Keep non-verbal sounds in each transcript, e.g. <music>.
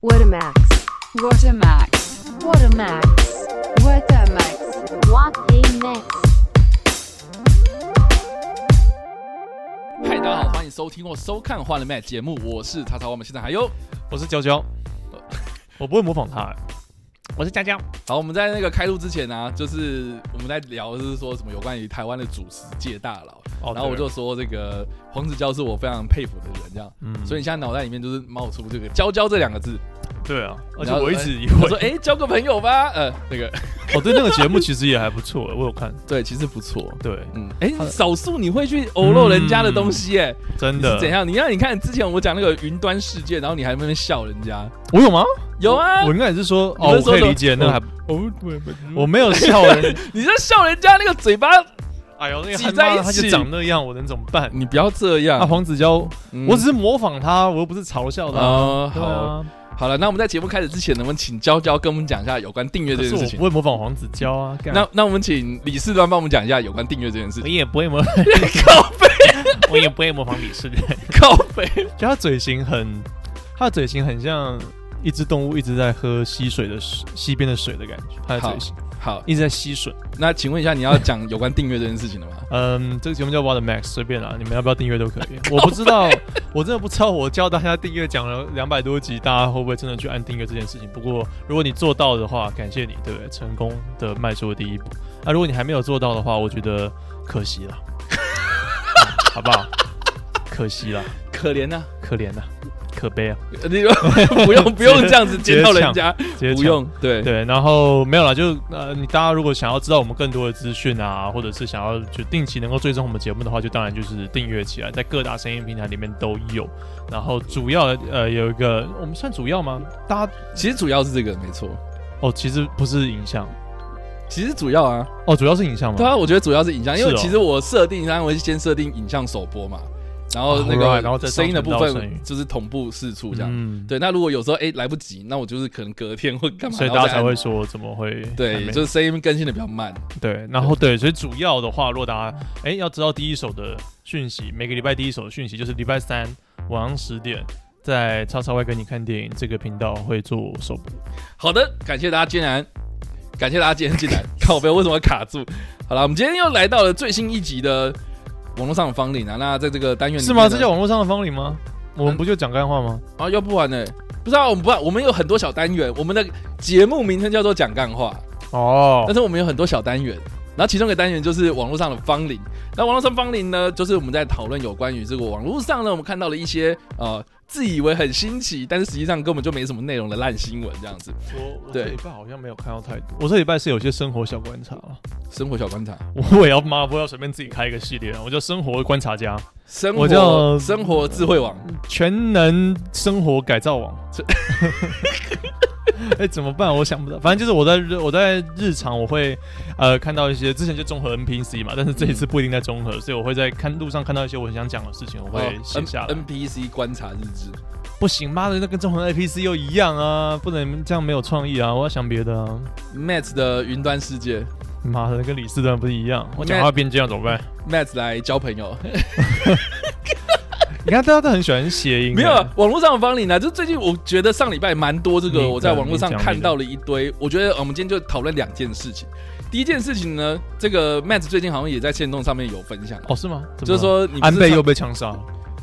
What a max. What a max. What a max. What a max. What a max. 嗨，大家好，欢迎收听或收看《欢乐麦》节目，我是叉叉，我们现在还有，我是娇娇， <laughs> 我不会模仿他、欸我是娇娇，好，我们在那个开录之前呢、啊就是我们在聊，就是说什么有关于台湾的主持界大佬，哦然后我就说这个黄子佼是我非常佩服的人，这样，嗯所以你现在脑袋里面就是冒出这个“佼佼”这两个 <laughs> 字，对啊，而且然后我一直以我为说，哎，交个朋友吧，呃，那个， <laughs> 我对那个节目其实也还不错，我有看，对，其实不错。对，嗯，哎、少数你会去偶漏人家的东西、哎、嗯真你是的怎，样？你让你看之前我讲那个云端事件，然后你还在那边笑人家，我有吗？有啊，我应该也是说，你不哦，是我说可以什么嗯理解，那个还我我没 <laughs> 有笑欸人，你在笑人家那个嘴巴，哎呦，那个挤他在妈一的他就起长那样，我能怎么办？你不要这样。啊，黄子佼，嗯我只是模仿他，我又不是嘲笑他。哦，对好，啊，好了，那我们在节目开始之前，能不能请娇娇跟我们讲一下有关订阅可这是件我事不情？会模仿黄子佼啊。干那那我们请李世端帮我们讲一下有关订阅这件事我 <laughs> 情。也不会模，靠背 <laughs> 我也不会模仿李世人。靠背，就他嘴型很，他的嘴型很像一只动物一直在喝溪水的水溪边的水的感觉，他的好嘴型好，一直在吸水。那请问一下，你要讲有关订阅这件事情的吗？嗯，这个节目叫 What Max，随便啦，你们要不要订阅都可以。我不 <laughs> 知道，我真的不知道，我教大家订阅讲了两百多集，大家会不会真的去按订阅这件事情？不过如果你做到的话，感谢你，对不对？成功的迈出了第一步。啊，如果你还没有做到的话，我觉得可惜 <laughs> 了，好不好？可惜了，可怜啊呐，可怜呐，可悲啊，你 <laughs> 不用不用这样子尖到 <laughs> 人家，直接不呛用对。对，然后没有啦，就呃，你大家如果想要知道我们更多的资讯啊，或者是想要就定期能够追踪我们节目的话，就当然就是订阅起来，在各大声音平台里面都有。然后主要的呃有一个，我们算主要吗？大家其实主要是这个没错，哦，其实不是影像其实主要啊，哦，主要是影像吗？对啊，我觉得主要是影像，因为是哦其实我设定，然后我先设定影像首播嘛，然后那哦 Alright，然后个再声音的部上传到声分音就是同步试出这样。嗯，对，那如果有时候哎、来不及，那我就是可能隔天或干嘛，所以然大后再家才按会说怎么会还对，没就是声音更新的比较慢。对，然后对，所以主要的话，如果大家哎要知道第一手的讯息，每个礼拜第一手的讯息就是礼拜三晚上十点，在超超外跟你看电影这个频道会做首播。好的，感谢大家，竟然感谢大家今天进来， <laughs> 看我不要为什么卡住。好了，我们今天又来到了最新一集的网络上的芳龄啊，那在这个单元里是吗？面嗯这呢叫网络上的方龄吗？我们不就讲干话吗？啊，要不然呢？不知道、我们不然，我们有很多小单元，我们的节目名称叫做讲干话，但哦，是我们有很多小单元。然后其中一个单元就是网络上的芳龄，那网络上芳龄呢，就是我们在讨论有关于这个网络上呢，我们看到了一些呃自以为很新奇，但是实际上根本就没什么内容的烂新闻，这样子。我我对这礼拜好像没有看到太多。我这礼拜是有些生活小观察了，生活小观察，我我也要妈不要随便自己开一个系列啊，我叫生活观察家，生我叫活生活智慧网，全能生活改造网 <laughs> 这。哎、怎么办？我想不到，反正就是我在日我在日常我会呃看到一些之前就综合 NPC 嘛，但是这嗯一次不一定在综合，所以我会在看路上看到一些我很想讲的事情，我会写下来。哦 N P C 观察日志。不行，妈的，那跟中文 A P C 又一样啊，不能这样没有创意啊！我要想别的啊。 Matt 的云端世界妈的，跟李四端不是一样，我讲话变这样怎么 <laughs> 办？ ，Matt 来交朋友，你看大家都很喜欢谐音、没有啊网络上的方领呢？就最近我觉得上礼拜蛮多这个，你我在网络上你讲看到了一堆。我觉得呃我们今天就讨论两件事情。第一件事情呢，这个 Matt 最近好像也在线动上面有分享，哦，是吗？怎么了就是说你不是安倍上又被枪杀，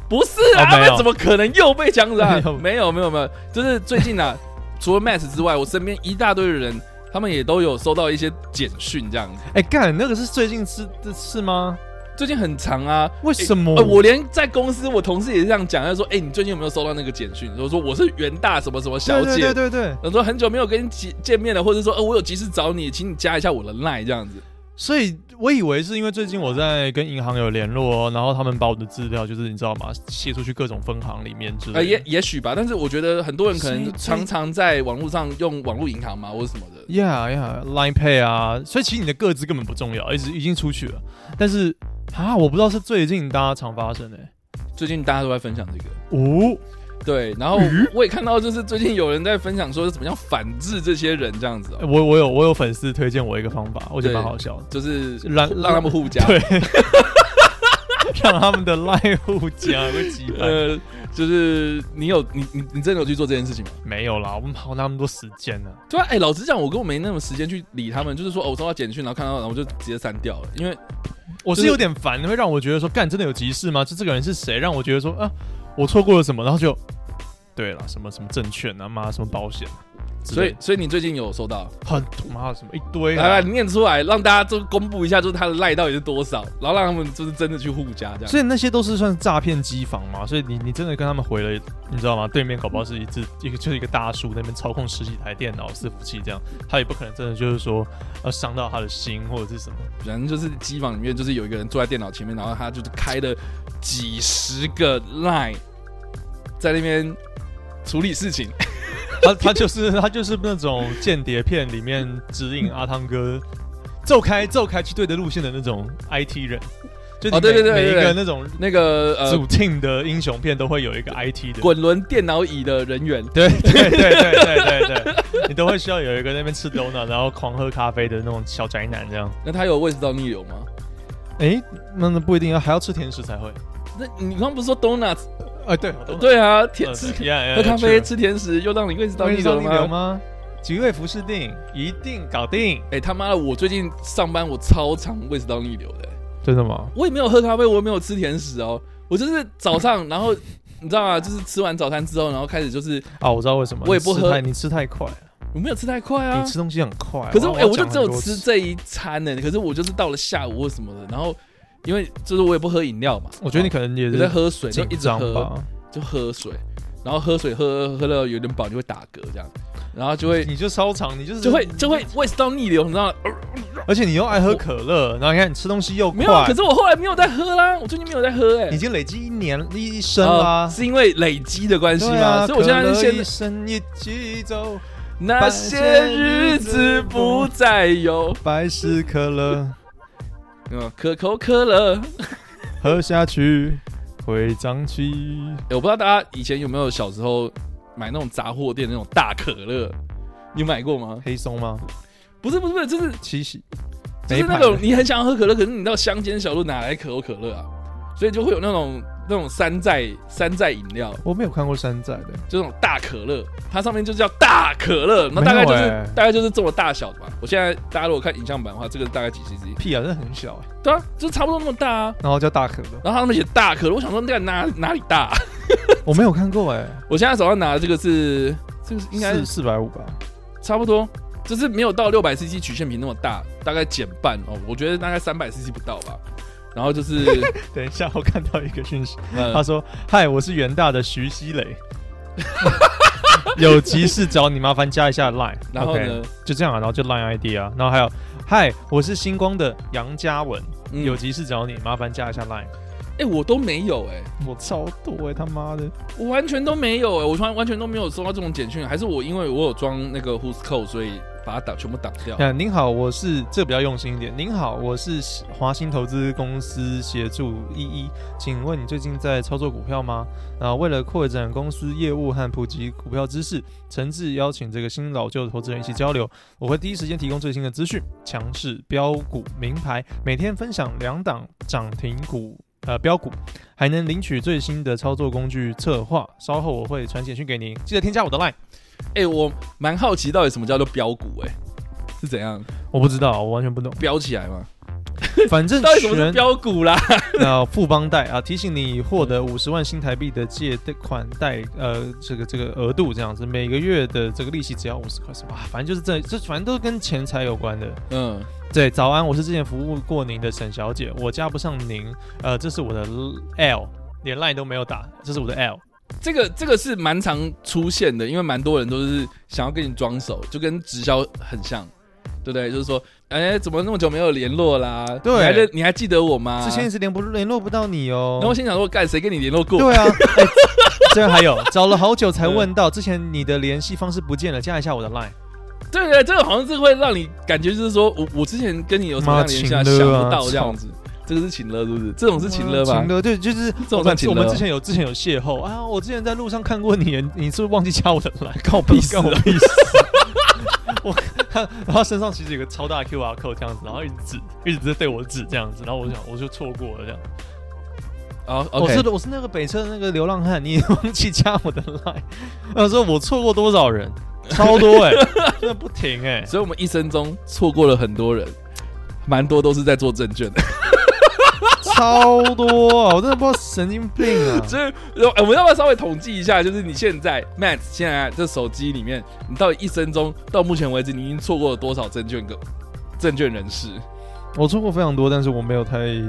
不是哦啊，没那有怎么可能又被枪杀没有？ <laughs> 没有没有没有，就是最近啊， <laughs> 除了 Matt 之外，我身边一大堆的人，他们也都有收到一些简讯这样子。哎、干，那个是最近是这是吗？最近很长啊，为什么？呃，我连在公司，我同事也是这样讲，他说：“哎、你最近有没有收到那个简讯？”我说：“我是元大什么什么小姐。对对对对对，然后说很久没有跟你见见面了，或者说，呃，我有急事找你，请你加一下我的 line 这样子。所以我以为是因为最近我在跟银行有联络，哦然后他们把我的资料就是你知道吗，泄出去各种分行里面之类的。呃，也也许吧，但是我觉得很多人可能谁常常在网络上用网络银行嘛，或者什么的。 Yeah, yeah, Line Pay 啊，所以其实你的个资根本不重要，一直已经出去了。但是啊，我不知道是最近大家常发生的、欸。最近大家都在分享这个。嗯哦，对，然后我也看到，就是最近有人在分享说怎么样反制这些人这样子、哦，我我有我有粉丝推荐我一个方法，我觉对得蛮好笑的，就是让让他们 <laughs> 互加。对，让他们的 Line 互加，会几百。呃，就是你有你你你真的有去做这件事情吗？没有啦，我们跑那么多时间呢、对啊，哎、老实讲，我根本没那么时间去理他们，就是说，哦，我收到简讯，然后看到，然后我就直接删掉了，因为我就是是有点烦，会让我觉得说，干真的有急事吗？就这个人是谁，让我觉得说啊，我错过了什么，然后就对了，什么什么证券啊，妈什么保险啊之所类以的，所以你最近有收到？很妈什么一堆啊、来来，你念出来，让大家就公布一下，就是他的赖到底是多少，然后让他们就是真的去互加这样。所以那些都是算诈骗机房嘛？所以你你真的跟他们回了，你知道吗？对面搞不好是一只一个就是一个大叔那边操控十几台电脑、伺服器这样，他也不可能真的就是说要伤到他的心或者是什么。反正就是机房里面，就是有一个人坐在电脑前面，然后他就是开了几十个 line，在那边处理事 <laughs> 情。他他就是他就是那种间谍片里面指引阿汤哥走开走开去对的路线的那种 IT 人，就你每、哦对对对对每一对个那种那个呃，主 team 的英雄片都会有一个 IT 的。滚轮电脑椅的人员，对对对对对对， <laughs> 你都会需要有一个那边吃 donut 然后狂喝咖啡的那种小宅男这样。那他有胃食道逆流吗？诶，那那不一定要还要吃甜食才会。那你刚不是说 donuts？哎，对，我都能对啊，甜呃吃对 <laughs> 呀呀喝咖啡、是吃甜食，又让你胃食道会逆让流你流了吗？吗？几位服饰定一定搞定，哎、他妈的！我最近上班，我超常胃食道逆流的、真的吗？我也没有喝咖啡，我也没有吃甜食哦，我就是早上，然后你知道吗？ <laughs> 就是吃完早餐之后，然后开始就是啊，我知道为什么，我也不你吃喝太你吃太快了，我没有吃太快啊你，吃东西很快。可是哎、要我就讲只有很多吃次。这一餐呢、可是我就是到了下午或什么的，然后因为就是我也不喝饮料嘛，我觉得你可能也我是在喝水，就紧一直张喝，吧，就喝水，然后喝水喝喝到有点饱就会打嗝这样，然后就会你就超长，你就是就会就会胃食道逆流，你知道吗？呃而且你又爱喝可乐，然后你看你吃东西又没有啊，可，快是我后来没有在喝啦，我最近没有在喝哎、你已经累积一年一生啊哦啦。是因为累积的关系对吗？啊，所以我现在可乐现一生一起走，那些日子不再有，百事可乐嗯，可口可乐。喝下去会胀气。欸我不知道大家以前有没有小时候买那种杂货店那种大可乐，你有买过吗？黑松吗？不是不是不是，就是七喜，就是那没种牌你很想要喝可乐，可是你到乡间小路哪来可口可乐啊？所以就会有那种那种山寨山寨饮料，我没有看过山寨的，就那种大可乐，它上面就叫大可乐，那大概没就有是、欸大概就是这么大小的吧。我现在大家如果看影像版的话，这个大概几 cc？屁啊，这很小欸，对啊，就差不多那么大啊。然后叫大可 <laughs> 乐，然后他们写大可乐，我想说那个哪哪里大啊、 <laughs> 我没有看过哎，我现在手上拿的这个是，这个是应该是四百五吧，差不多，就是没有到六百 CC 曲线瓶那么大，大概减半哦，我觉得大概三百 CC 不到吧。然后 <laughs> 就是，等一下，我看到一个讯息，他呃，说：“嗨，我是元大的徐 <laughs> 熙蕾，有急事找你，麻烦加一下 Line。”然后呢，就这样啊，然后就 Line ID 啊，然后还有嗨，我是星光的杨嘉文，嗯有急事找你，麻烦加一下 Line。哎、我都没有哎、我超多哎、他妈的！我完全都没有哎、我完完全都没有收到这种简讯，还是我因为我有装那个 Who's Call，所以把它挡全部挡掉。啊，您好，我是这比较用心一点。您好，我是华兴投资公司协助依依，请问你最近在操作股票吗？啊，为了扩展公司业务和普及股票知识，诚挚邀请这个新老旧的投资人一起交流。我会第一时间提供最新的资讯，强势标股名牌，每天分享两档涨停股。呃，标股还能领取最新的操作工具策划，稍后我会传简讯给您，记得添加我的 line。哎、我蛮好奇到底什么叫做标股哎、是怎样，我不知道，我完全不懂 <laughs> 标起来吗？反正到底什么是全标股啦？那富邦贷啊，提醒你获得五十万新台币的借贷款贷，呃，这个这个额度这样子，每个月的这个利息只要五十块钱，哇，反正就是这这反正都是跟钱财有关的。嗯，对，早安，我是之前服务过您的沈小姐，我加不上您，呃，这是我的 L，连 line 都没有打，这是我的 L，这个这个是蛮常出现的，因为蛮多人都是想要跟你装熟，就跟直销很像，对不对？就是说，哎、怎么那么久没有联络啦？对你还认你还记得我吗？之前一直联不联络不到你哦。然后我心啊想说，干谁跟你联络过？ <laughs> 对啊，哎这还有找了好久才问到，之前你的联系方式不见了，加一下我的 line。对对对，这个好像是会让你感觉就是说我我之前跟你有什么样的联系啊，妈请想了啊不到这样子。这个是请了是不是？这种是请了吧哦情？勒对，就是这种算情勒哦我们之前有之前有邂逅啊，我之前在路上看过你，你是不是忘记加我的 <laughs> 来？靠我屁事啊干我屁事！ <laughs> 我看，然后身上其实有个超大的 QR code 这样子，然后一直指，一直在对我指这样子，然后我就想我就错过了这样。哦我，OK，是我是那个北车的那个流浪汉， <laughs> 你也忘记加我的 line。我想说我错过多少人，超多 <laughs> 哎、真的不停哎、所以我们一生中错过了很多人，蛮多都是在做证券的。超多啊！我真的不知道神经病啊！所以，呃我们要不要稍微统计一下？就是你现在 Max 现在这手机里面，你到底一生中到目前为止，你已经错过了多少证券个证券人士？我错过非常多，但是我没有太你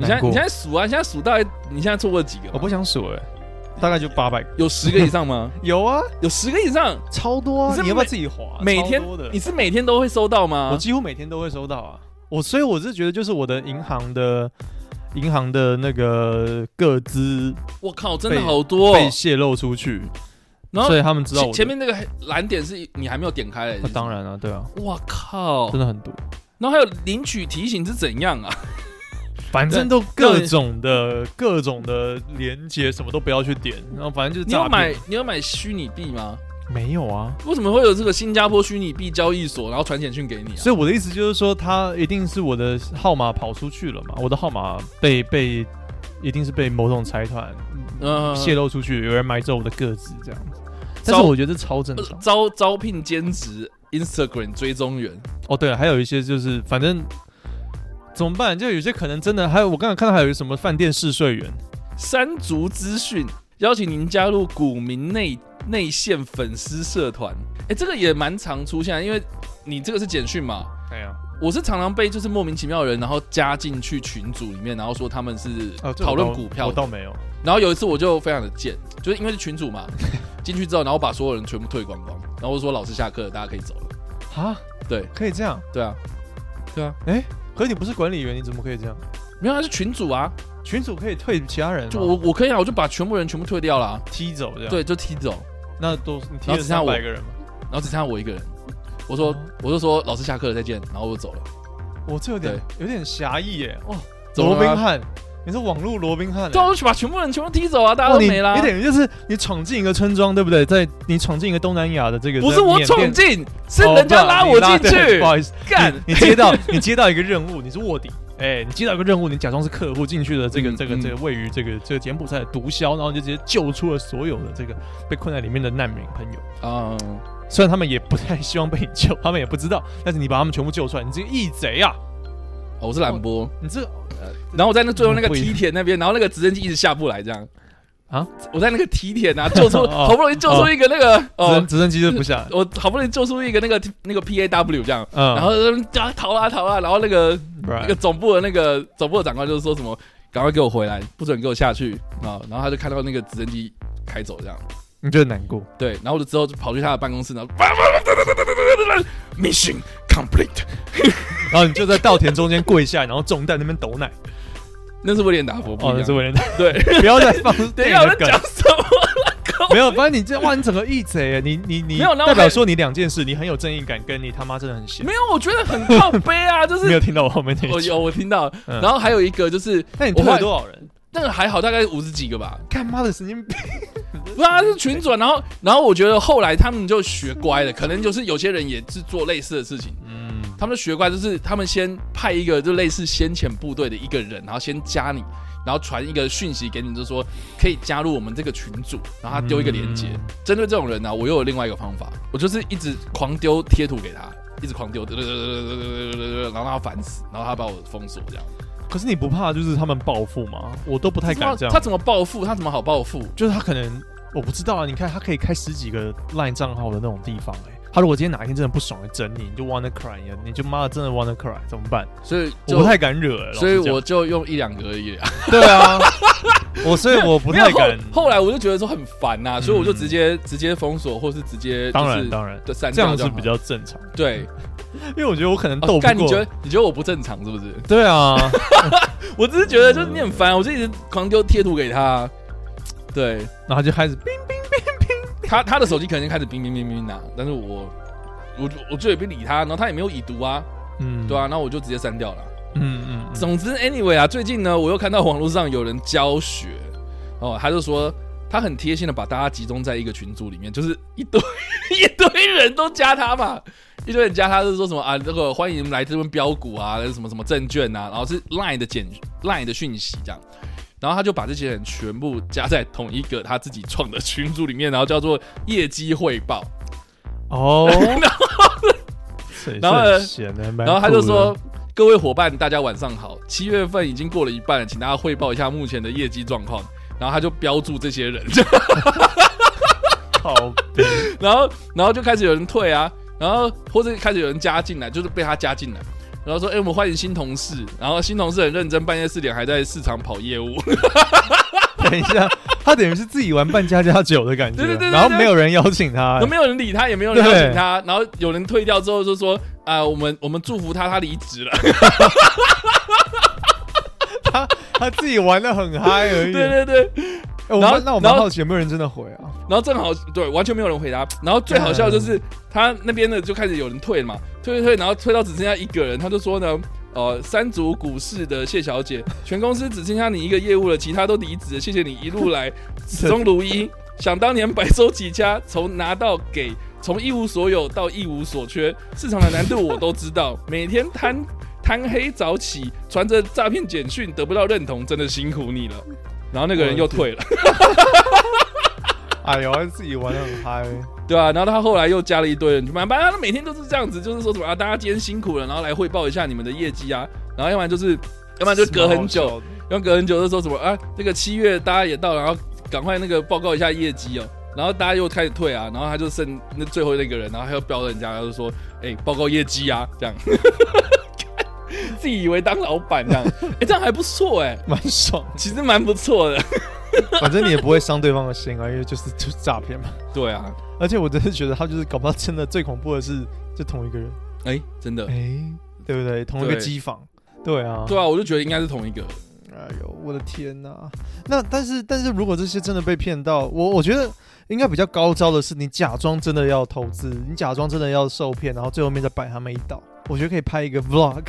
现在难过。你现在数啊，你现在数到底你现在错过几个？我不欸想数哎、大概就八百个。有十个以上吗？有啊，有十个以 <laughs> 上，超多你啊！是你要不每要自己划？每天超多的你是每天都会收到我吗？几乎每天都会收到啊。我所以我是觉得，就是我的银行的银行的那个个资我靠，真的被好多、被哦。泄露出去，然后所以他们知道我前的前、面那个蓝点是你还没有点开嘞、啊当然啊，对啊，哇靠！真的很多，然后还有领取提醒是怎样 <laughs> 啊？反正都各种的各种的连接，什么都不要去点，然后反正就是你有诈买骗。你有买虚拟币吗？没有啊？为什么会有这个新加坡虚拟币交易所，然后传简讯给你啊？所以我的意思就是说，他一定是我的号码跑出去了嘛，我的号码被被一定是被某种财团嗯、泄露出去，有人买走我的个资这样子。呃招但是我觉得这超正常。招招聘兼职 Instagram 追踪员，哦，对了，还有一些就是反正怎么办？就有些可能真的，还有我刚才看到还有一个什么饭店试睡员，山竹资讯邀请您加入股民内内线粉丝社团。哎、这个也蛮常出现的，因为你这个是简讯嘛。哎呀，我是常常被就是莫名其妙的人，然后加进去群组里面，然后说他们是哦这个讨论我倒股票我的。倒没有。然后有一次我就非常的贱，就是因为是群主嘛，进去之后，然后把所有人全部退光光，然后我说老师下课了，大家可以走了。啊，对可以这样？对啊，可是你不是管理员，你怎么可以这样？没有他是群主啊，群主可以退其他人吗，就我我可以啊，我就把全部人全部退掉了啊、踢走这样。，对，就踢走，那都你踢然后了只剩下三我百个人嘛。然后只剩下我一个人。我说哦我就说老师下课了再见，然后我走了。我这有点有点狭义耶，哇，怎么罗了宾吗汉，你是网络罗宾汉耶，对啊，我就把全部人全部踢走啊，大家哇都你没啦你。等于就是你闯进一个村庄，对不对？在你闯进一个东南亚的这个，不是在我缅闯甸，进，是哦人家不拉好我你进对去不。好意思， <laughs> 干嗯你你接到你接到一个任务，你是卧底。哎，你接到一个任务，你假装是客户进去的这个嗯这个嗯这个位于这个这个柬埔寨的毒枭，然后你就直接救出了所有的这个被困在里面的难民朋友。啊！虽然他们也不太希望被你救，他们也不知道，但是你把他们全部救出来，你这个义贼啊！哦我是兰波，你这个然后我在那最后那个不一梯样田那边，然后那个直升机一直下不来，这样啊，我在那个梯田啊，救出哦好不容易救出一个那个直哦升，直升机就不下来，我好不容易救出一个那个那个 PAW 这样，嗯，然后啊逃啦逃啦，然后那个那 Right 个总部的那个总部的长官就是说什么，赶快给我回来，不准给我下去啊！然后他就看到那个直升机开走这样，你觉得难过？对，然后我就之后就跑去他的办公室，然后 mission complete，然后你就在稻田中间跪下，然后中弹那边抖奶。那是威廉达佛不哦，一那样是为了对， <laughs> 不要再放等电一影下我的在梗讲。什么？没有，反正你这哇，你整个义贼耶，哎你你你，没有然后代表还说你两件事，你很有正义感，跟你他妈真的很闲。没有，我觉得很靠背啊，就没是有听到我后面那我一句。有我听到，嗯然后还有一个就是那你我推后来了多少人？那个还好，大概五十几个吧，干妈的神经病！不是啊，是群转，然后然后我觉得后来他们就学乖了，可能就是有些人也是做类似的事情， <laughs> 嗯，他们学乖就是他们先派一个就类似先遣部队的一个人，然后先加你，然后传一个讯息给你，就说可以加入我们这个群组，然后他丢一个链接嗯。针、对这种人呢、我又有另外一个方法，我就是一直狂丢贴图给他，一直狂丢，对对对对对对对对对，然后让他烦死，然后他把我封锁这样。可是你不怕就是他们报复吗？我都不太敢这他样。怎么报复？他怎么好报复？就是他可能我不知道啊，你看他可以开十几个 LINE 账号的那种地方、哎，他如果今天哪一天真的不爽来整你，你就 wanna cry，你啊就妈的真的 wanna cry 怎么办？所以我就不太敢惹、哎老实所以讲我 <laughs> 就用一两个而已啊。对啊， <laughs> 我所以我不没有太后敢。后来我就觉得说很烦呐、所以我就嗯直接直接封锁，或是直接当就然是当然，对删这掉样就是好比较正常，对。因为我觉得我可能哦斗干、不你觉过得。你觉得我不正常是不是？对啊， <laughs> 我只是觉得就是你很烦，我就一直狂丢贴图给他。对然后他就开始 <laughs> 冰他他的手机可能开始冰冰冰冰啦，但是我我我就也不理他，然后他也没有已读啊，嗯，对啊，，那我就直接删掉了。嗯嗯嗯，总之，anyway 啊，最近呢，我又看到网络上有人教学哦，他就说他很贴心的把大家集中在一个群组里面，就是一堆 <laughs> 一堆人都加他嘛，一堆人加他就是说什么啊，这个欢迎来这边标股啊，什么什么证券啊，然后是 Line 的简 Line 的讯息这样。然后他就把这些人全部加在同一个他自己创的群组里面，然后叫做业绩汇报。 <laughs> 哦，然后然后闲的，然然后他就说：“各位伙伴，大家晚上好。七月份已经过了一半了，请大家汇报一下目前的业绩状况。”然后他就标注这些人， <laughs> <laughs> 靠背，然后然后就开始有人退啊，然后或者开始有人加进来，就是被他加进来。然后说：“哎、我们欢迎新同事。”然后新同事很认真，半夜四点还在市场跑业务。 <laughs> 等一下，他等于是自己玩扮家家酒的感觉，对对对对然后没有人邀请他 <laughs> 都，没有人理他，也没有人邀请他。然后有人退掉之后就说：“啊、我们我们祝福他，他离职了。他他自己玩的很嗨”而已。对 <laughs> 对对。哎我然后们那我然蛮后好奇有没有人真的回啊？然后正好对，完全没有人回答。然后最好笑的就是他那边的就开始有人退了嘛，退退退，然后退到只剩下一个人，他就说呢。呃，三足股市的谢小姐，全公司只剩下你一个业务了，其他都离职了。谢谢你一路来始终如一。想当年白手起家，从拿到给，从一无所有到一无所缺，市场的难度我都知道。每天贪 <laughs> 贪黑早起，传着诈骗简讯，得不到认同，真的辛苦你了。然后那个人又退了。哎呦，他自己玩的很嗨，对啊，然后他后来又加了一堆人去买，反正他每天都是这样子，就是说什么啊，大家今天辛苦了，然后来汇报一下你们的业绩啊，然后要不然就是，要不然就隔很久，，要隔很久就说什么啊，这个七月大家也到了，然后赶快那个报告一下业绩哦，然后大家又开始退啊，然后他就剩那最后那个人，然后他又标人家，他就说，哎、报告业绩啊，这样， <laughs> 自己以为当老板这样，哎、这样还不错哎、蛮爽。其实蛮不错的， <laughs> 反正你也不会伤对方的心啊，因为就是就是诈骗嘛。对啊，而且我真的觉得他就是搞不好真的最恐怖的是，就同一个人，哎、真的哎、，对不对？同一个对机房，对啊，对啊，我就觉得应该是同一个，哎呦，我的天呐！那但是但是如果这些真的被骗到，我我觉得应该比较高招的是，你假装真的要投资，你假装真的要受骗，然后最后面再摆他们一道。我觉得可以拍一个 vlog，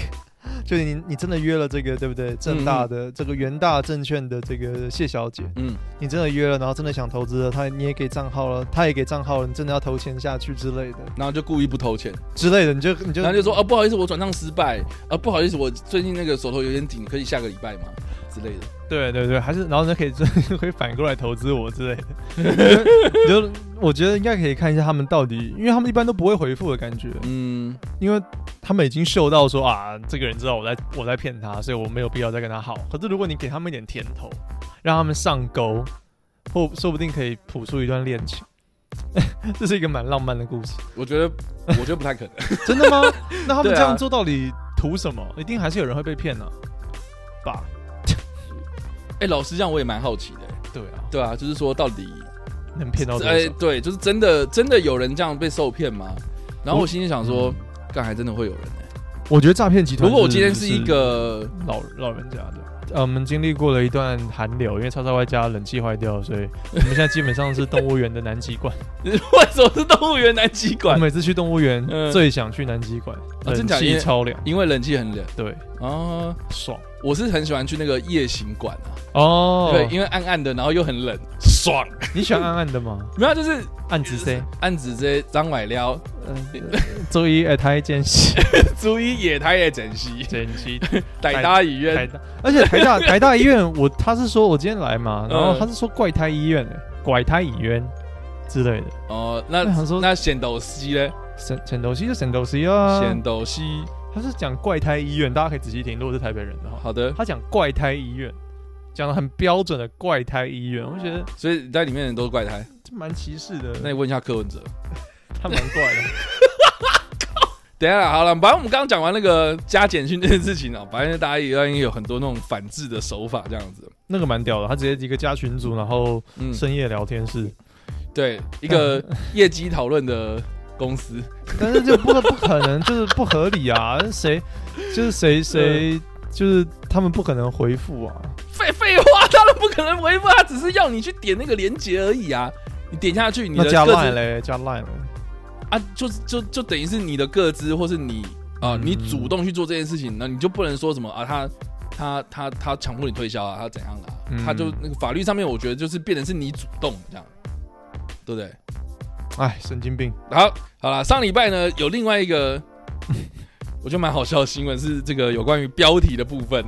就是 <laughs> 你你真的约了这个对不对？正大的、这个元大证券的这个谢小姐，嗯，你真的约了，然后真的想投资了，她你也给账号了，她也给账号了，你真的要投钱下去之类的然后就故意不投钱。之类的，你就你就然后就说啊，不好意思，我转账失败啊，不好意思，我最近那个手头有点紧，可以下个礼拜吗？之类的。对对对，还是然后呢可以 <laughs> 真可以反过来投资我之 <laughs> 类的，你就我觉得应该可以看一下他们到底，因为他们一般都不会回复的感觉，嗯，因为他们已经嗅到说啊，这个人知道我在我在骗他，所以我没有必要再跟他好。可是如果你给他们一点甜头，让他们上钩，或说不定可以谱出一段恋情， <laughs> 这是一个蛮浪漫的故事，我 <laughs> 觉得，我觉得不太可能。<laughs> 真的吗？那他们对啊这样做到底图什么？一定还是有人会被骗呢、吧？哎、老实讲，我也蛮好奇的、对啊，对啊，就是说到底，能骗到多少？哎、对，就是真的，真的有人这样被受骗吗？然后我心里想说，干、还真的会有人、欸。我觉得诈骗集团，如果我今天是一。个， <laughs> 老老人家的。呃，我们经历过了一段寒流，因为叉叉 Y 家冷气坏掉，所以我们现在基本上是动物园的南极 <laughs> 馆。为什么是动物园南极我馆？每次去动物园、嗯啊最想去南极馆，冷真假因气为超凉，因为冷气很冷对，啊。爽我是很喜欢去那个夜行馆啊，哦。对，因为暗暗的，然后又很冷，爽。你喜欢暗暗 <laughs> 的吗？没有啊，就是暗紫色，暗指这些张买撩， <laughs> 周一哎，台 <laughs> 间戏，注意野台的整 <laughs> 西，间 <laughs> 戏，逮大医院，大，而且 <laughs> 台大台大医院，我他是说我今天来嘛，然后嗯他是说怪胎医院、哎拐胎医院之类的，哦，我那想说那显斗西嘞，沈沈头西就沈头西啊，显斗西，他是讲怪胎医院，大家可以仔细听。如果是台北人的话，好的，他讲怪胎医院，讲的很标准的怪胎医院，我觉得所以在里面的人都是怪胎。这蛮歧视的。啊那那你问一下柯文哲，他蛮怪 <laughs> 的，等一下啦好了，反正我们刚刚讲完那个加简讯这件事情啊， <laughs> 反正大家也也有很多那种反制的手法这样子，那个蛮屌的。他直接一个加群组，然后嗯，深夜聊天室，对，一个嗯业绩讨论的公司， <laughs> 但是就不不可能，就是不合理啊！谁就是谁嗯谁就是他们不可能回复啊。废废话，当然不可能回复他，只是要你去点那个链接而已啊。你点下去，你那的加各自 line 嘞，加 line 嘞，啊，就是就就等于是你的个资，或是你啊，嗯你主动去做这件事情，那你就不能说什么啊，他他他他强迫你推销啊，他怎样的、啊，嗯他就那个法律上面，我觉得就是变成是你主动这样，对不对？哎，神经病！好，好啦，上礼拜呢有另外一个我觉得蛮好笑的新闻是这个有关于标题的部分，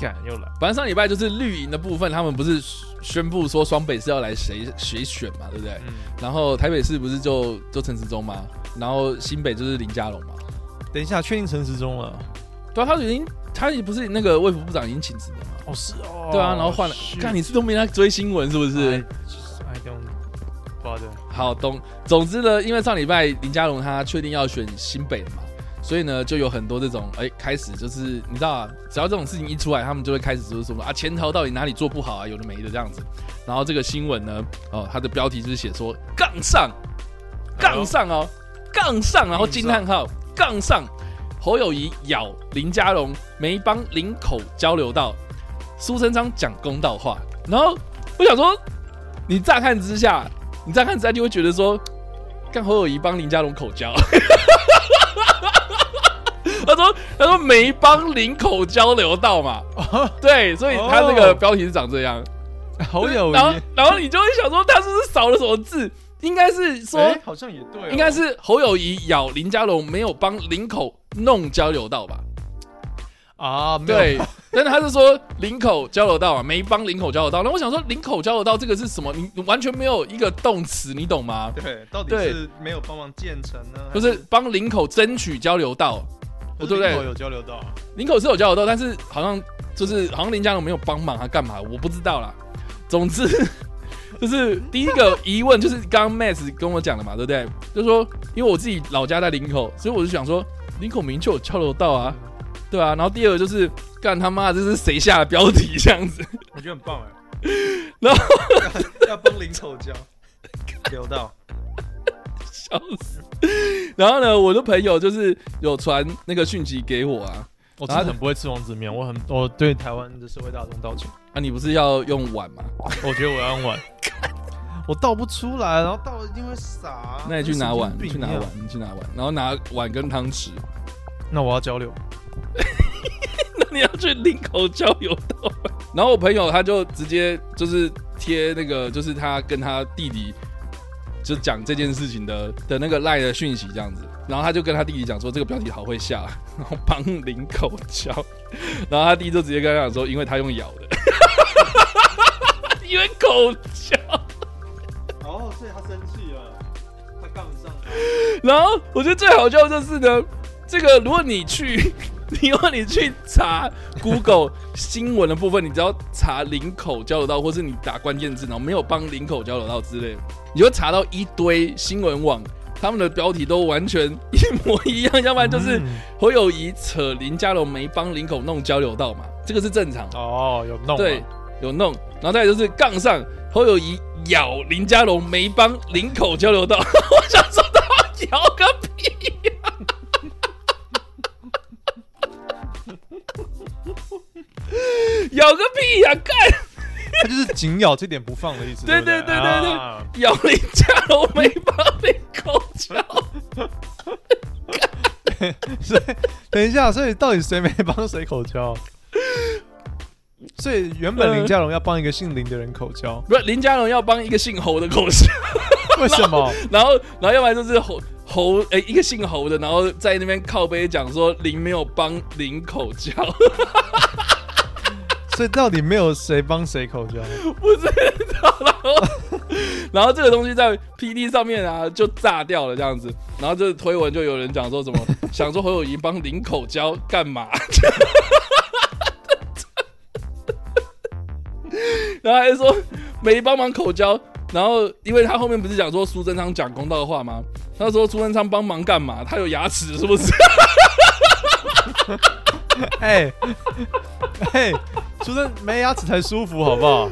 干又来， <laughs> 反正上礼拜就是绿营的部分，他们不是宣布说双北是要来谁谁选嘛，对不对？嗯，然后台北市不是就就陈时中嘛，然后新北就是林佳龙嘛。等一下，确定陈时中了。对啊，他已经他也不是那个卫福部长已经请辞了嘛？哦，是哦哎对啊，然后换了，看你是不是都没来追新闻是不是？ ，I don't bother。好，懂。总之呢，因为上礼拜林佳龙他确定要选新北了嘛，所以呢，就有很多这种哎、开始就是你知道啊，只要这种事情一出来，他们就会开始就是说啊，前朝到底哪里做不好啊，有的没的这样子。然后这个新闻呢，哦，它的标题就是写说杠上，杠上哦，杠上，然后惊叹号，杠上，侯友谊咬林佳龙，没帮林口交流道，苏贞昌讲公道话。然后我想说，你乍看之下，你乍看之下就会觉得说，干侯友谊帮林佳龙口交。 <laughs> 他说：“他说没帮林口交流道嘛，对，所以他这个哦标题是长这样。好友谊然，后然后你就会想说，他是不是少了什么字？应该是说，哎好像也对哦， <laughs> 应该是侯友谊咬林佳龙没有帮林口弄交流道吧？啊，没有对，但是他是说林口交流道啊，没帮林口交流道。那我想说，林口交流道这个是什么？你你完全没有一个动词，你懂吗？对，到底对是没有帮忙建成呢，不是帮林口争取交流道，还是，对不对林口有交流到啊，林口是有交流道，但是好像就是好像林佳龙没有帮忙，他啊干嘛？我不知道啦。总之 <laughs> 就是第一个疑问就是刚刚 Max 跟我讲的嘛，对不对？就说因为我自己老家在林口，所以我就想说林口明就有交流道啊，对啊。然后第二个就是干他妈的这是谁下的标题这样子？我觉得很棒哎。 <laughs> 然后要 <laughs> 帮林口 <laughs> 交流到，笑死！然后呢，我的朋友就是有传那个讯息给我啊，我真的很不会吃王子面，我很我对台湾的社会大众 <laughs> 道歉。啊，你不是要用碗吗？我觉得我要用碗，我倒不出来，然后倒了一定会洒。啊那你去拿碗，你去拿跟碗神经病一样，你去拿碗，然后拿碗跟汤匙。那我要交流。那你要去林口交流道。然后我朋友他就直接就是贴那个，就是他跟他弟弟就讲这件事情的的那个赖的讯息这样子。然后他就跟他弟弟讲说这个标题好会下，然后帮林口交。然后他弟就直接跟他讲说，因为他用咬的， <laughs> 因为口交。哦，所以他生气了，他杠上了。然后我觉得最好笑的就是呢，这个如果你去， <laughs> 如果你去查 Google 新闻的部分，你只要查林口交流道，或是你打关键字，然后没有帮林口交流道之类，你就会查到一堆新闻网。他们的标题都完全一模一样，要不然就是嗯侯友谊扯林佳龙没帮林口弄交流道嘛，这个是正常。哦，有弄啊对，有弄，然后再来就是杠上侯友谊咬林佳龙没帮林口交流道， <laughs> 我想说他咬个屁呀、咬个屁呀、干他就是紧咬这点不放的意思。对对对对不对对啊咬林佳龙没帮林口交，所以等一下，所以到底谁没帮谁口交？所以原本林家荣要帮一个姓林的人口 <laughs> 交， <laughs> 不是林佳龙要帮一个姓侯的口交，为什么？然后然后要不然就是侯侯哎、一个姓侯的，然后在那边靠背讲说林没有帮林口交。所以到底没有谁帮谁口交？不知道，然后然后这个东西在 P D 上面啊就炸掉了这样子，然后这推文就有人讲说什么想说侯友谊帮林口交干嘛， <laughs> 然后还说没帮忙口交，然后因为他后面不是讲说苏贞昌讲公道话吗？他说苏贞昌帮忙干嘛？他有牙齿是不 <laughs> 是？哎、哎，出生没牙齿才舒服，好不好？